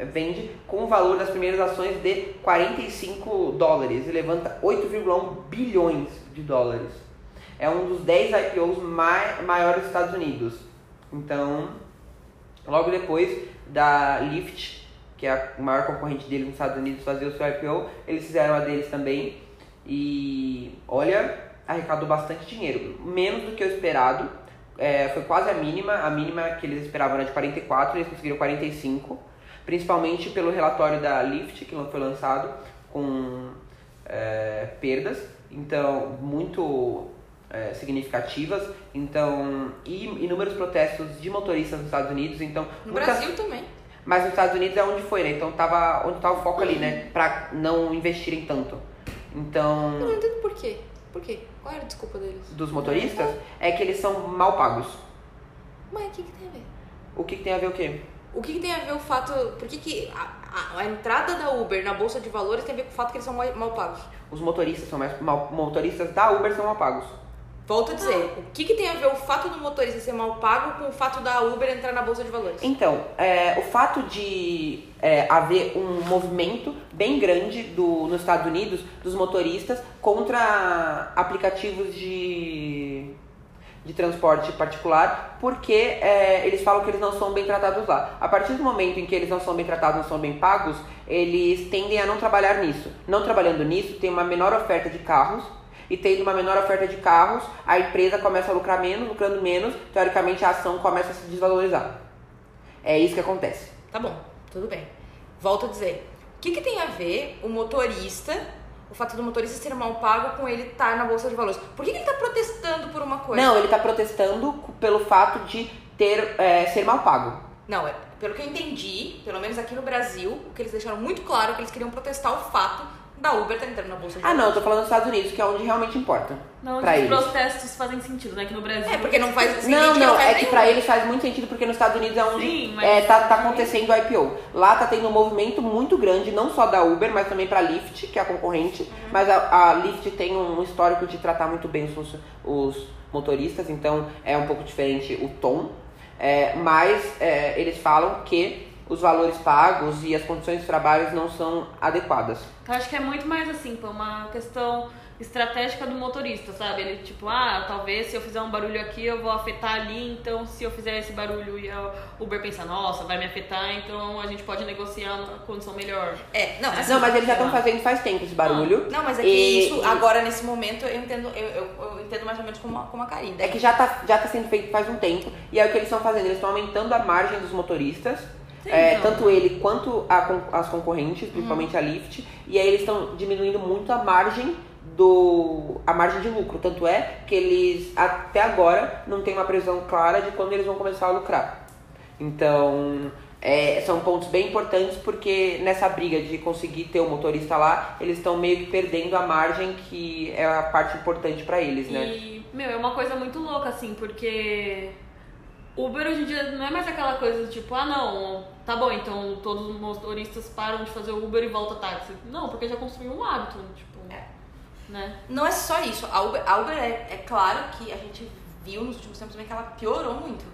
A: Vende com o valor das primeiras ações de 45 dólares e levanta 8,1 bilhões de dólares. É um dos 10 IPOs mai, maiores dos Estados Unidos. Então, Logo depois da Lyft, que é a maior concorrente dele nos Estados Unidos, fazer o seu IPO, eles fizeram a deles também. E olha, arrecadou bastante dinheiro, menos do que o esperado. É, foi quase a mínima, a mínima que eles esperavam era de 44, eles conseguiram 45, principalmente pelo relatório da Lyft que foi lançado com é, perdas, então muito é, significativas, então e inúmeros protestos de motoristas nos Estados Unidos, então
C: No Hum.
A: muitas-
C: Brasil também.
A: mas nos Estados Unidos é onde foi, né? Então tava onde tava o foco ali, né? Pra não investirem tanto.
C: Eu não
A: Então,
C: entendo por quê. Por quê? Qual era a desculpa deles?
A: dos motoristas, é que eles são mal pagos.
C: Mas o que, que tem a ver?
A: O que, que tem a ver o quê?
C: O que, que tem a ver o fato. Por que, que a, a- a entrada da Uber na Bolsa de Valores tem a ver com o fato que eles são mal, mal pagos?
A: Os motoristas são mais. Mal, motoristas da Uber são mal pagos.
C: Volto a dizer, o que, que tem a ver o fato do motorista ser mal pago com o fato da Uber entrar na Bolsa de Valores?
A: Então, é, o fato de é, haver um movimento bem grande do, nos Estados Unidos dos motoristas contra aplicativos de, de transporte particular, porque é, eles falam que eles não são bem tratados lá. A partir do momento em que eles não são bem tratados, não são bem pagos, eles tendem a não trabalhar nisso. Não trabalhando nisso, tem uma menor oferta de carros e tendo uma menor oferta de carros, a empresa começa a lucrar menos, lucrando menos, teoricamente a ação começa a se desvalorizar. É isso que acontece.
C: Tá bom, tudo bem. Volto a dizer, o que, que tem a ver o motorista, o fato do motorista ser mal pago com ele estar na Bolsa de Valores? Por que, que ele tá protestando por uma coisa?
A: Não, ele está protestando c- pelo fato de ter é, ser mal pago.
C: Não, é- pelo que eu entendi, pelo menos aqui no Brasil, o que eles deixaram muito claro é que eles queriam protestar o fato da Uber estar entrando na Bolsa de
A: Ah,
C: Valores.
A: não, eu tô falando dos Estados Unidos, que é onde realmente importa.
B: Não,
A: pra
B: os
A: eles.
B: protestos fazem sentido, né? Que no Brasil.
C: É, porque não faz assim,
A: Não,
C: gente que
A: não,
C: faz
A: é que
C: nenhum.
A: pra eles faz muito sentido porque nos Estados Unidos é onde
B: Sim, mas-
A: é, tá, tá acontecendo o IPO. Lá tá tendo um movimento muito grande, não só da Uber, mas também pra Lyft, que é a concorrente. Mas a, a Lyft tem um histórico de tratar muito bem os, funcio- os motoristas, então é um pouco diferente o tom. É, mas é, eles falam que os valores pagos e as condições de trabalho não são adequadas.
B: Eu acho que é muito mais assim, pô, uma questão estratégica do motorista, sabe? Ele tipo, ah, talvez se eu fizer um barulho aqui eu vou afetar ali, então se eu fizer esse barulho e a Uber pensa, nossa, vai me afetar, então a gente pode negociar uma condição melhor.
C: É, não, assim,
A: Não, mas eles já estão fazendo faz tempo esse barulho.
C: Não, mas é que
A: E-
C: isso, agora nesse momento, eu entendo, eu, eu- eu entendo mais ou menos como a, como a Karine.
A: É que já tá, já tá sendo feito faz um tempo. E aí o que eles estão fazendo? Eles estão aumentando a margem dos motoristas.
B: Sim,
A: é,
B: então. Uhum.
A: tanto ele quanto a con- as concorrentes, principalmente a Lyft. E aí eles estão diminuindo muito a margem do. a margem de lucro. Tanto é que eles até agora não tem uma previsão clara de quando eles vão começar a lucrar. Então. é, são pontos bem importantes porque nessa briga de conseguir ter o motorista lá, eles estão meio que perdendo a margem que é a parte importante pra eles, né?
B: E, meu, é uma coisa muito louca, assim, porque Uber hoje em dia não é mais aquela coisa do tipo, ah não, tá bom, então todos
A: É.
B: os motoristas param de fazer Uber e volta táxi. Não, porque já construiu um hábito, né, tipo. né?
C: Não é só isso. A Uber, a Uber é, é claro que a gente viu nos últimos tempos também que ela piorou muito.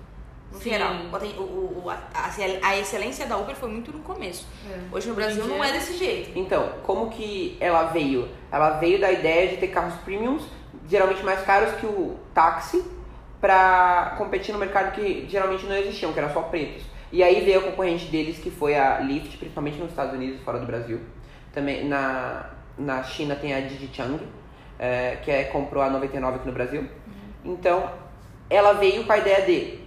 C: No
B: Sim.
C: geral. O aten- O, o- o- a, a- a excelência da Uber foi muito no começo. Hoje no Brasil
B: Hoje em
C: não
B: dia-
C: é desse jeito.
A: Então, como que ela veio? Ela veio da ideia de ter carros premiums, geralmente mais caros que o táxi, pra competir no mercado que geralmente não existiam, que era só pretos. E aí veio a concorrente deles, que foi a Lyft, principalmente nos Estados Unidos e fora do Brasil. Também na, na China tem a Didi Chang, eh, que é, comprou a 99 aqui no Brasil. Então, ela veio com a ideia de,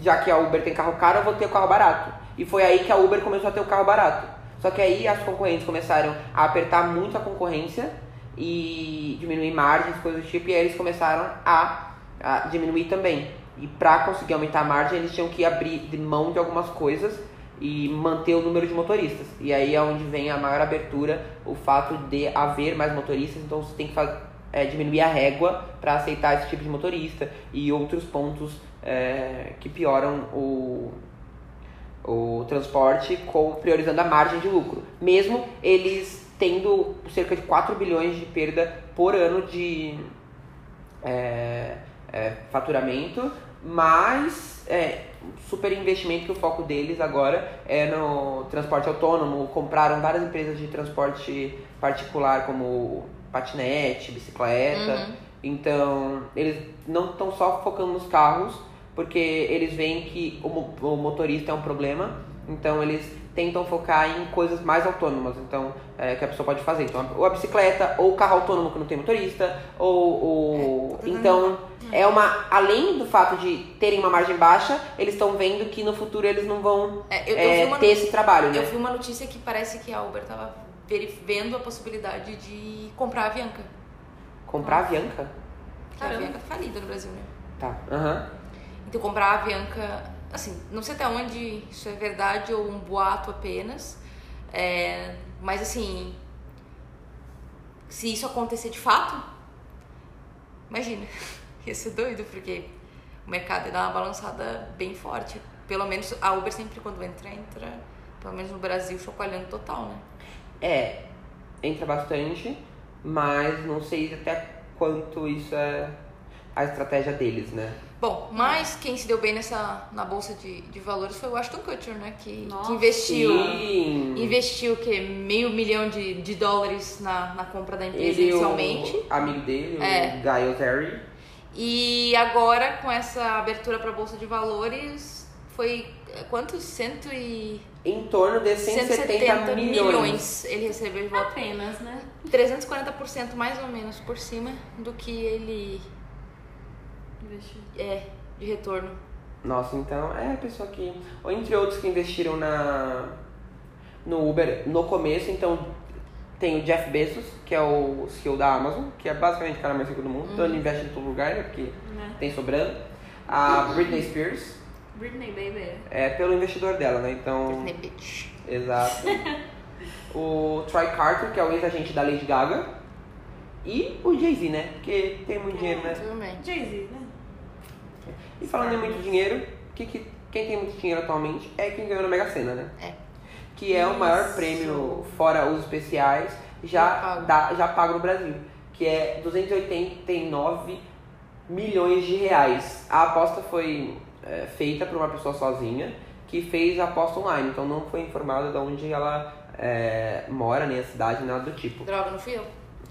A: já que a Uber tem carro caro, eu vou ter o carro barato. E foi aí que a Uber começou a ter o carro barato. Só que aí as concorrentes começaram a apertar muito a concorrência e diminuir margens, coisas do tipo, e aí eles começaram a, a diminuir também. E pra conseguir aumentar a margem, eles tinham que abrir de mão de algumas coisas e manter o número de motoristas. E aí é onde vem a maior abertura, o fato de haver mais motoristas, então você tem que fazer é, diminuir a régua para aceitar esse tipo de motorista e outros pontos é, que pioram o, o transporte com, priorizando a margem de lucro. Mesmo eles tendo cerca de 4 bilhões de perda por ano de é, é, faturamento, mas é, super investimento que o foco deles agora é no transporte autônomo. Compraram várias empresas de transporte particular como patinete, bicicleta.
C: Uhum.
A: Então, eles não estão só focando nos carros, porque eles veem que o, mo- o motorista é um problema, então eles tentam focar em coisas mais autônomas, então é, que a pessoa pode fazer. Então, ou a bicicleta, ou o carro autônomo que não tem motorista, ou, ou-
C: É, tô
A: então é uma além do fato de terem uma margem baixa, eles estão vendo que no futuro eles não vão
C: É, eu, eu
A: é,
C: vi uma
A: ter esse trabalho, né?
C: Eu vi uma notícia que parece que a Uber tava veri- vendo a possibilidade de comprar a Avianca.
A: Comprar a Avianca?
C: Porque a
B: Caramba.
C: Avianca tá falida no Brasil, né?
A: Tá. Aham.
C: Então comprar a Avianca, assim, não sei até onde isso é verdade ou um boato apenas. é, mas assim, se isso acontecer de fato, imagina, ia ser doido, porque o mercado ia dar uma balançada bem forte. Pelo menos a Uber sempre quando entra, entra, pelo menos no Brasil, chacoalhando total, né?
A: É, entra bastante, mas não sei até quanto isso é a estratégia deles, né?
C: Bom, mas quem se deu bem nessa, na bolsa de, de valores foi o Ashton Kutcher, né? Que, que
B: Nossa.
C: investiu.
A: Sim.
C: Investiu o quê? Meio milhão de, de dólares na, na compra da empresa
A: Ele, é
C: inicialmente.
A: o amigo dele,
C: É.
A: o Guy Ozeri.
C: E agora, com essa abertura para bolsa de valores, foi eh, quantos? Cento e...
A: Em torno de 170, milhões.
C: ele recebeu de volta.
B: Apenas, né?
C: 340% mais ou menos por cima do que ele
B: Investiu.
C: é de retorno.
A: Nossa, então é a pessoa que. Ou entre outros que investiram na no Uber no começo, então tem o Jeff Bezos, que é o CEO da Amazon, que é basicamente o cara mais rico do mundo, então
C: Uhum.
A: ele investe em todo lugar, né? Porque
B: Né?
A: tem sobrando. A Britney Spears,
B: Britney Baby.
A: É pelo investidor dela, né? Então.
C: Disney Beach.
A: Exato. o Troy Carter, que é o ex-agente da Lady Gaga. E o Jay-Z, né? Porque tem muito dinheiro, né?
C: Tudo bem.
B: Jay-Z, né?
A: E falando em muito dinheiro, que, que- quem tem muito dinheiro atualmente é quem ganhou na Mega Sena, né?
C: É.
A: Que é o maior prêmio, fora os especiais, já,
C: Já pago.
A: dá- já pago no Brasil. Que é 289 milhões de reais. A aposta foi é, feita por uma pessoa sozinha que fez a aposta online. Então não foi informada de onde ela é, mora, nem a cidade, nada do tipo.
C: Droga, não fui eu.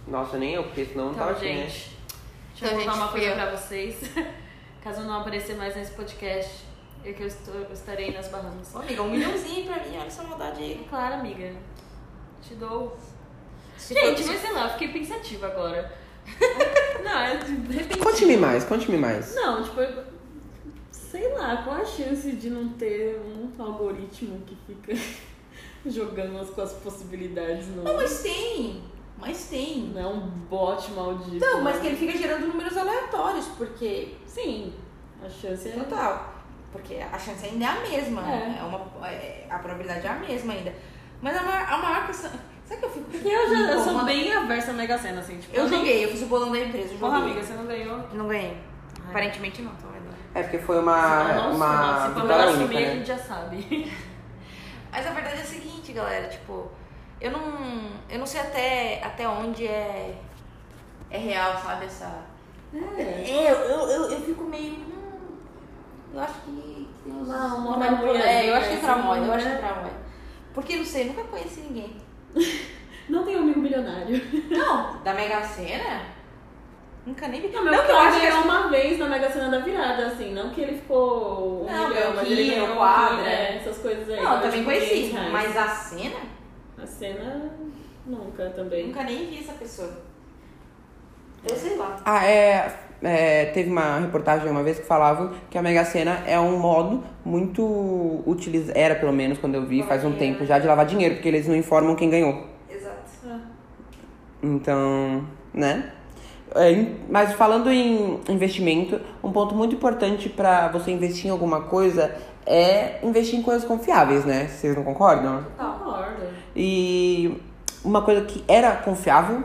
A: Nossa, nem eu, porque senão não
B: Então,
A: tava aqui, né?
B: gente, deixa eu
C: Então,
B: contar
C: gente,
B: uma coisa
C: fui eu.
B: pra vocês. Caso não aparecer mais nesse podcast, é que eu, estou, eu estarei nas Bahamas.
C: Ô, amiga, um milhãozinho pra mim, olha essa maldade aí.
B: Claro, amiga. Te dou.
C: Se
B: Gente,
C: for-
B: mas sei lá, eu fiquei pensativa agora. não, é de repente.
A: Conte-me mais, conte-me mais.
B: Não, tipo, eu- sei lá, qual a chance de não ter um algoritmo que fica jogando as, com as possibilidades no.
C: Não, mas tem. Mas tem.
B: Não é um bot maldito.
C: Então, mas
B: né?
C: que ele fica gerando números aleatórios, porque.
B: Sim, a chance é.
C: Total. Porque a chance ainda é a mesma.
B: É.
C: É. uma, é- a probabilidade é a mesma ainda. Mas a maior, a maior questão. Sabe que eu fico.
B: Porque eu já eu sou
C: incomodada?
B: bem aversa à Mega Sena, assim, tipo.
C: Eu
B: nem-
C: joguei, eu fiz o bolão da empresa. Eu
B: Porra,
C: joguei.
B: amiga, você não ganhou.
C: Não ganhei. Aparentemente não, então tô vendo.
A: É porque foi uma.
B: não,
A: uma
B: se
A: vitória
B: Pamela
A: única,
B: sumir, a
A: né?
B: gente já sabe.
C: Mas a verdade é a seguinte, galera, tipo, eu não, eu não sei até, até onde é é real, sabe? Essa.
A: É.
C: É, eu, eu, eu, eu fico meio. hum, eu acho que tem uns.
B: Uma- uma
C: manipula-
B: harmonia,
C: é, eu acho que é
B: assim,
C: tramóide, eu acho que é
B: né?
C: tramóide. Porque não sei, nunca conheci ninguém.
D: Não tem um amigo milionário.
C: Não, da Mega Sena? Nunca nem vi.
D: Não, Então, meu
C: que eu
D: pai
C: acho que é
D: ganhou uma vez na Mega Sena da Virada, assim. Não que ele ficou um
C: Não,
D: milhão, mas ele
C: banquinho,
D: ganhou um
C: quadra.
D: quadro, né, essas coisas aí.
C: Não, eu
D: mas,
C: também
D: tipo,
C: conheci.
D: 500 reais.
C: Mas a cena?
D: A cena, nunca também.
C: Nunca nem vi essa pessoa. Eu sei lá.
A: Ah, é, é, Teve uma reportagem uma vez que falava que a Mega Sena é um modo muito utilizado. Era pelo menos quando eu vi, faz um
C: Lavar
A: tempo
C: dinheiro.
A: já, de lavar dinheiro, porque eles não informam quem ganhou.
C: Exato.
D: Ah,
A: Então, né? É, em- Mas falando em investimento, um ponto muito importante pra você investir em alguma coisa é investir em coisas confiáveis, né? Vocês não concordam?
D: Tá. Concordo.
A: E uma coisa que era confiável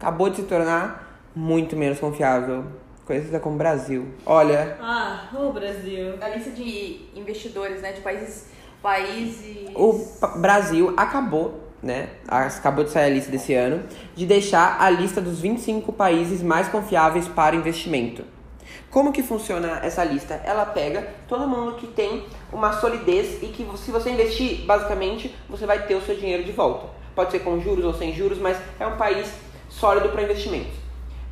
A: acabou de se tornar muito menos confiável. Coisas como o Brasil. Olha,
D: Ah, ô Brasil.
C: A lista de investidores, né? De países. Países.
A: o pa- Brasil acabou, né? as- Acabou de sair a lista desse ano, de deixar a lista dos 25 países mais confiáveis para investimento. Como que funciona essa lista? Ela pega todo mundo que tem uma solidez e que se você investir, basicamente, você vai ter o seu dinheiro de volta. Pode ser com juros ou sem juros, mas é um país sólido para investimentos.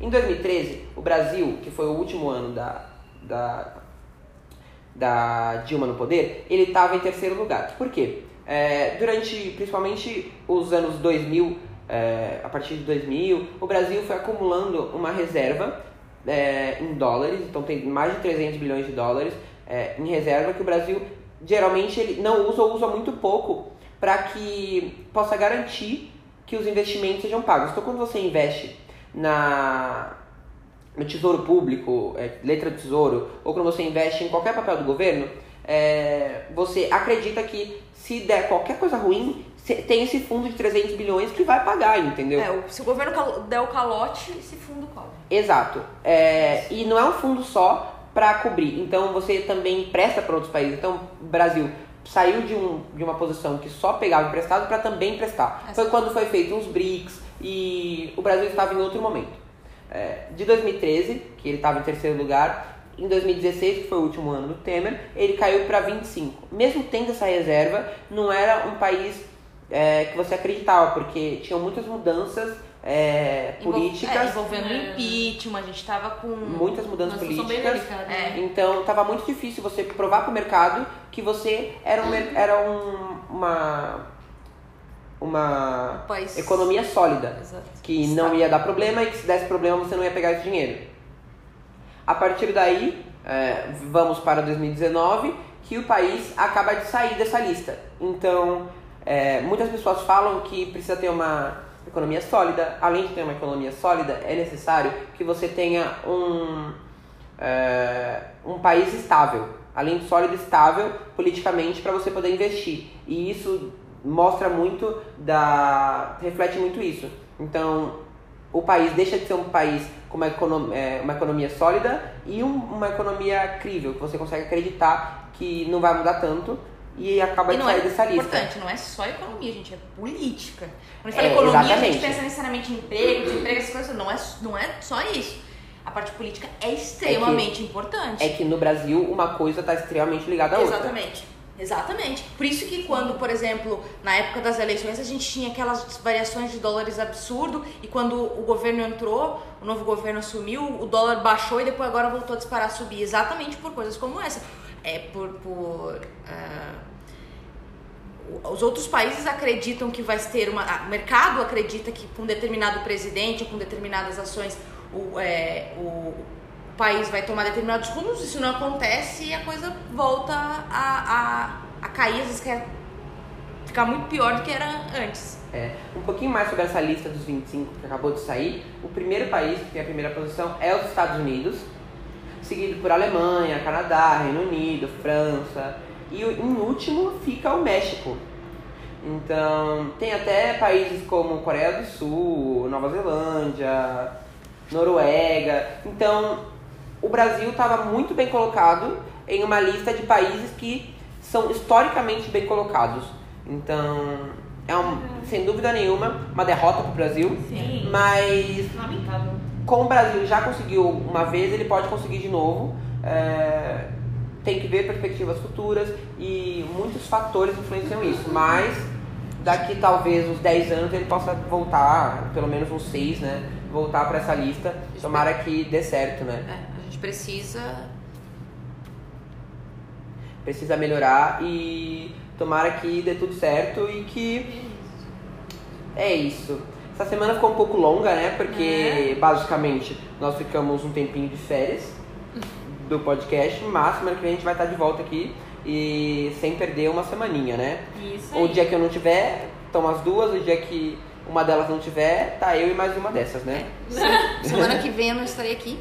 A: Em 2013, o Brasil, que foi o último ano da, da da Dilma no poder, ele estava em terceiro lugar. Por quê? É, durante, principalmente, os anos 2000, é, a partir de 2000, o Brasil foi acumulando uma reserva é, em dólares, então tem mais de 300 bilhões de dólares é, em reserva que o Brasil geralmente ele não usa ou usa muito pouco para que possa garantir que os investimentos sejam pagos. Então, quando você investe na, no tesouro público, é, letra do tesouro, ou quando você investe em qualquer papel do governo, é, você acredita que se der qualquer coisa ruim, cê tem esse fundo de 300 bilhões que vai pagar, entendeu?
C: É, o- se o governo calo- der o calote, esse fundo cobre.
A: Exato. É, e não é um fundo só para cobrir. Então você também empresta para outros países. Então o Brasil saiu de, um, de uma posição que só pegava emprestado para também emprestar.
C: Essa-
A: Foi quando foi feito os BRICS e o Brasil estava em outro momento. É, de 2013, que ele estava em terceiro lugar, em 2016, que foi o último ano do Temer, ele caiu para 25. Mesmo tendo essa reserva, não era um país é, que você acreditava, porque tinham muitas mudanças é,
C: Envol- é,
A: políticas
C: envolvendo
D: É.
C: impeachment, a gente tava com.
A: muitas mudanças
D: Uma situação bem
A: políticas.
D: delicada.
C: É.
A: Então, estava muito difícil você provar para o mercado que você era, um, mer- era um- uma, uma
C: País.
A: economia sólida,
C: Exato.
A: que não ia dar problema e que se desse problema você não ia pegar esse dinheiro. A partir daí, é, vamos para 2019, que o país acaba de sair dessa lista. Então, é, muitas pessoas falam que precisa ter uma economia sólida. Além de ter uma economia sólida, é necessário que você tenha um, é, um país estável. Além de sólido, estável politicamente para você poder investir. E isso mostra muito da. reflete muito isso. Então, o país deixa de ser um país com uma, econo- é, uma economia sólida e um- uma economia crível, que você consegue acreditar que não vai mudar tanto e acaba
C: E
A: de
C: não é
A: sair dessa lista.
C: importante, não é só economia, gente, é política. Quando a gente fala
A: É,
C: economia, a
A: exatamente.
C: gente pensa necessariamente em emprego, desemprego, essas coisas. Não é, não é só isso. A parte política é extremamente importante.
A: É que no Brasil uma coisa está extremamente ligada à outra.
C: Exatamente. Exatamente. Por isso que quando, por exemplo, na época das eleições, a gente tinha aquelas variações de dólares absurdo e quando o governo entrou, o novo governo assumiu, o dólar baixou e depois agora voltou a disparar, a subir. Exatamente por coisas como essa. É por... por ah, o- os outros países acreditam que vai ter uma. ah, O mercado acredita que com um determinado presidente ou com determinadas ações o, é, o o país vai tomar determinados rumos, isso não acontece e a coisa volta a, a, a cair, às vezes quer ficar muito pior do que era antes.
A: É, um pouquinho mais sobre essa lista dos 25 que acabou de sair. O primeiro país que tem a primeira posição é os Estados Unidos, seguido por Alemanha, Canadá, Reino Unido, França. E o- em último fica o México. Então, tem até países como Coreia do Sul, Nova Zelândia, Noruega. Então, o Brasil estava muito bem colocado em uma lista de países que são historicamente bem colocados. Então, é um- sem dúvida nenhuma uma derrota para o Brasil,
D: Sim.
A: mas
D: Lamentável.
A: como o Brasil já conseguiu uma vez, ele pode conseguir de novo. É, tem que ver perspectivas futuras e muitos fatores influenciam isso. Mas daqui talvez uns 10 anos ele possa voltar, pelo menos uns 6, né? Voltar para essa lista. Tomara que dê certo, né?
C: É, a gente precisa.
A: Precisa melhorar e tomara que dê tudo certo e que. É isso. Essa semana ficou um pouco longa, né?
D: É.
A: Porque basicamente nós ficamos um tempinho de férias do podcast, mas semana que vem a gente vai estar de volta aqui e sem perder uma semaninha, né?
D: Isso
A: O
D: aí.
A: dia que eu não tiver, estão as duas, o dia que uma delas não tiver, tá eu e mais uma dessas, né?
C: Semana que vem eu não estarei aqui.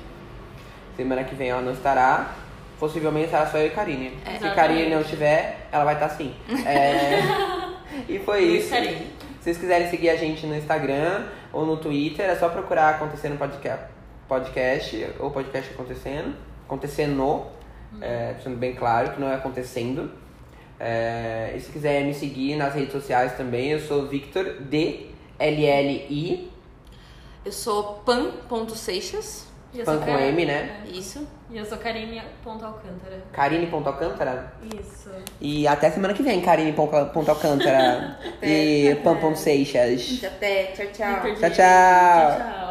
A: Semana que vem ela não estará. Possivelmente estará só eu e Karine. Se
D: Exatamente.
A: Karine não estiver, ela vai estar sim. É, E foi
B: Eu
A: isso.
B: estarei.
A: Se vocês quiserem seguir a gente no Instagram ou no Twitter, é só procurar Acontecendo Podca- Podcast ou Podcast Acontecendo. Acontecendo, é, sendo bem claro que não é acontecendo. É, e se quiser me seguir nas redes sociais também, eu sou Victor D. LLI,
C: Eu sou pan.seixas.
D: E eu
A: pan
D: sou
A: com
D: Karine-
A: M, né?
C: Isso.
D: E eu sou Karine Ponto Alcântara.
A: Karine.alcântara.
D: Isso.
A: E até semana que vem, Karine Ponca- Ponta Alcântara e Pampon Seixas.
C: Até. Tchau, tchau.
A: Tchau, tchau.
D: Tchau.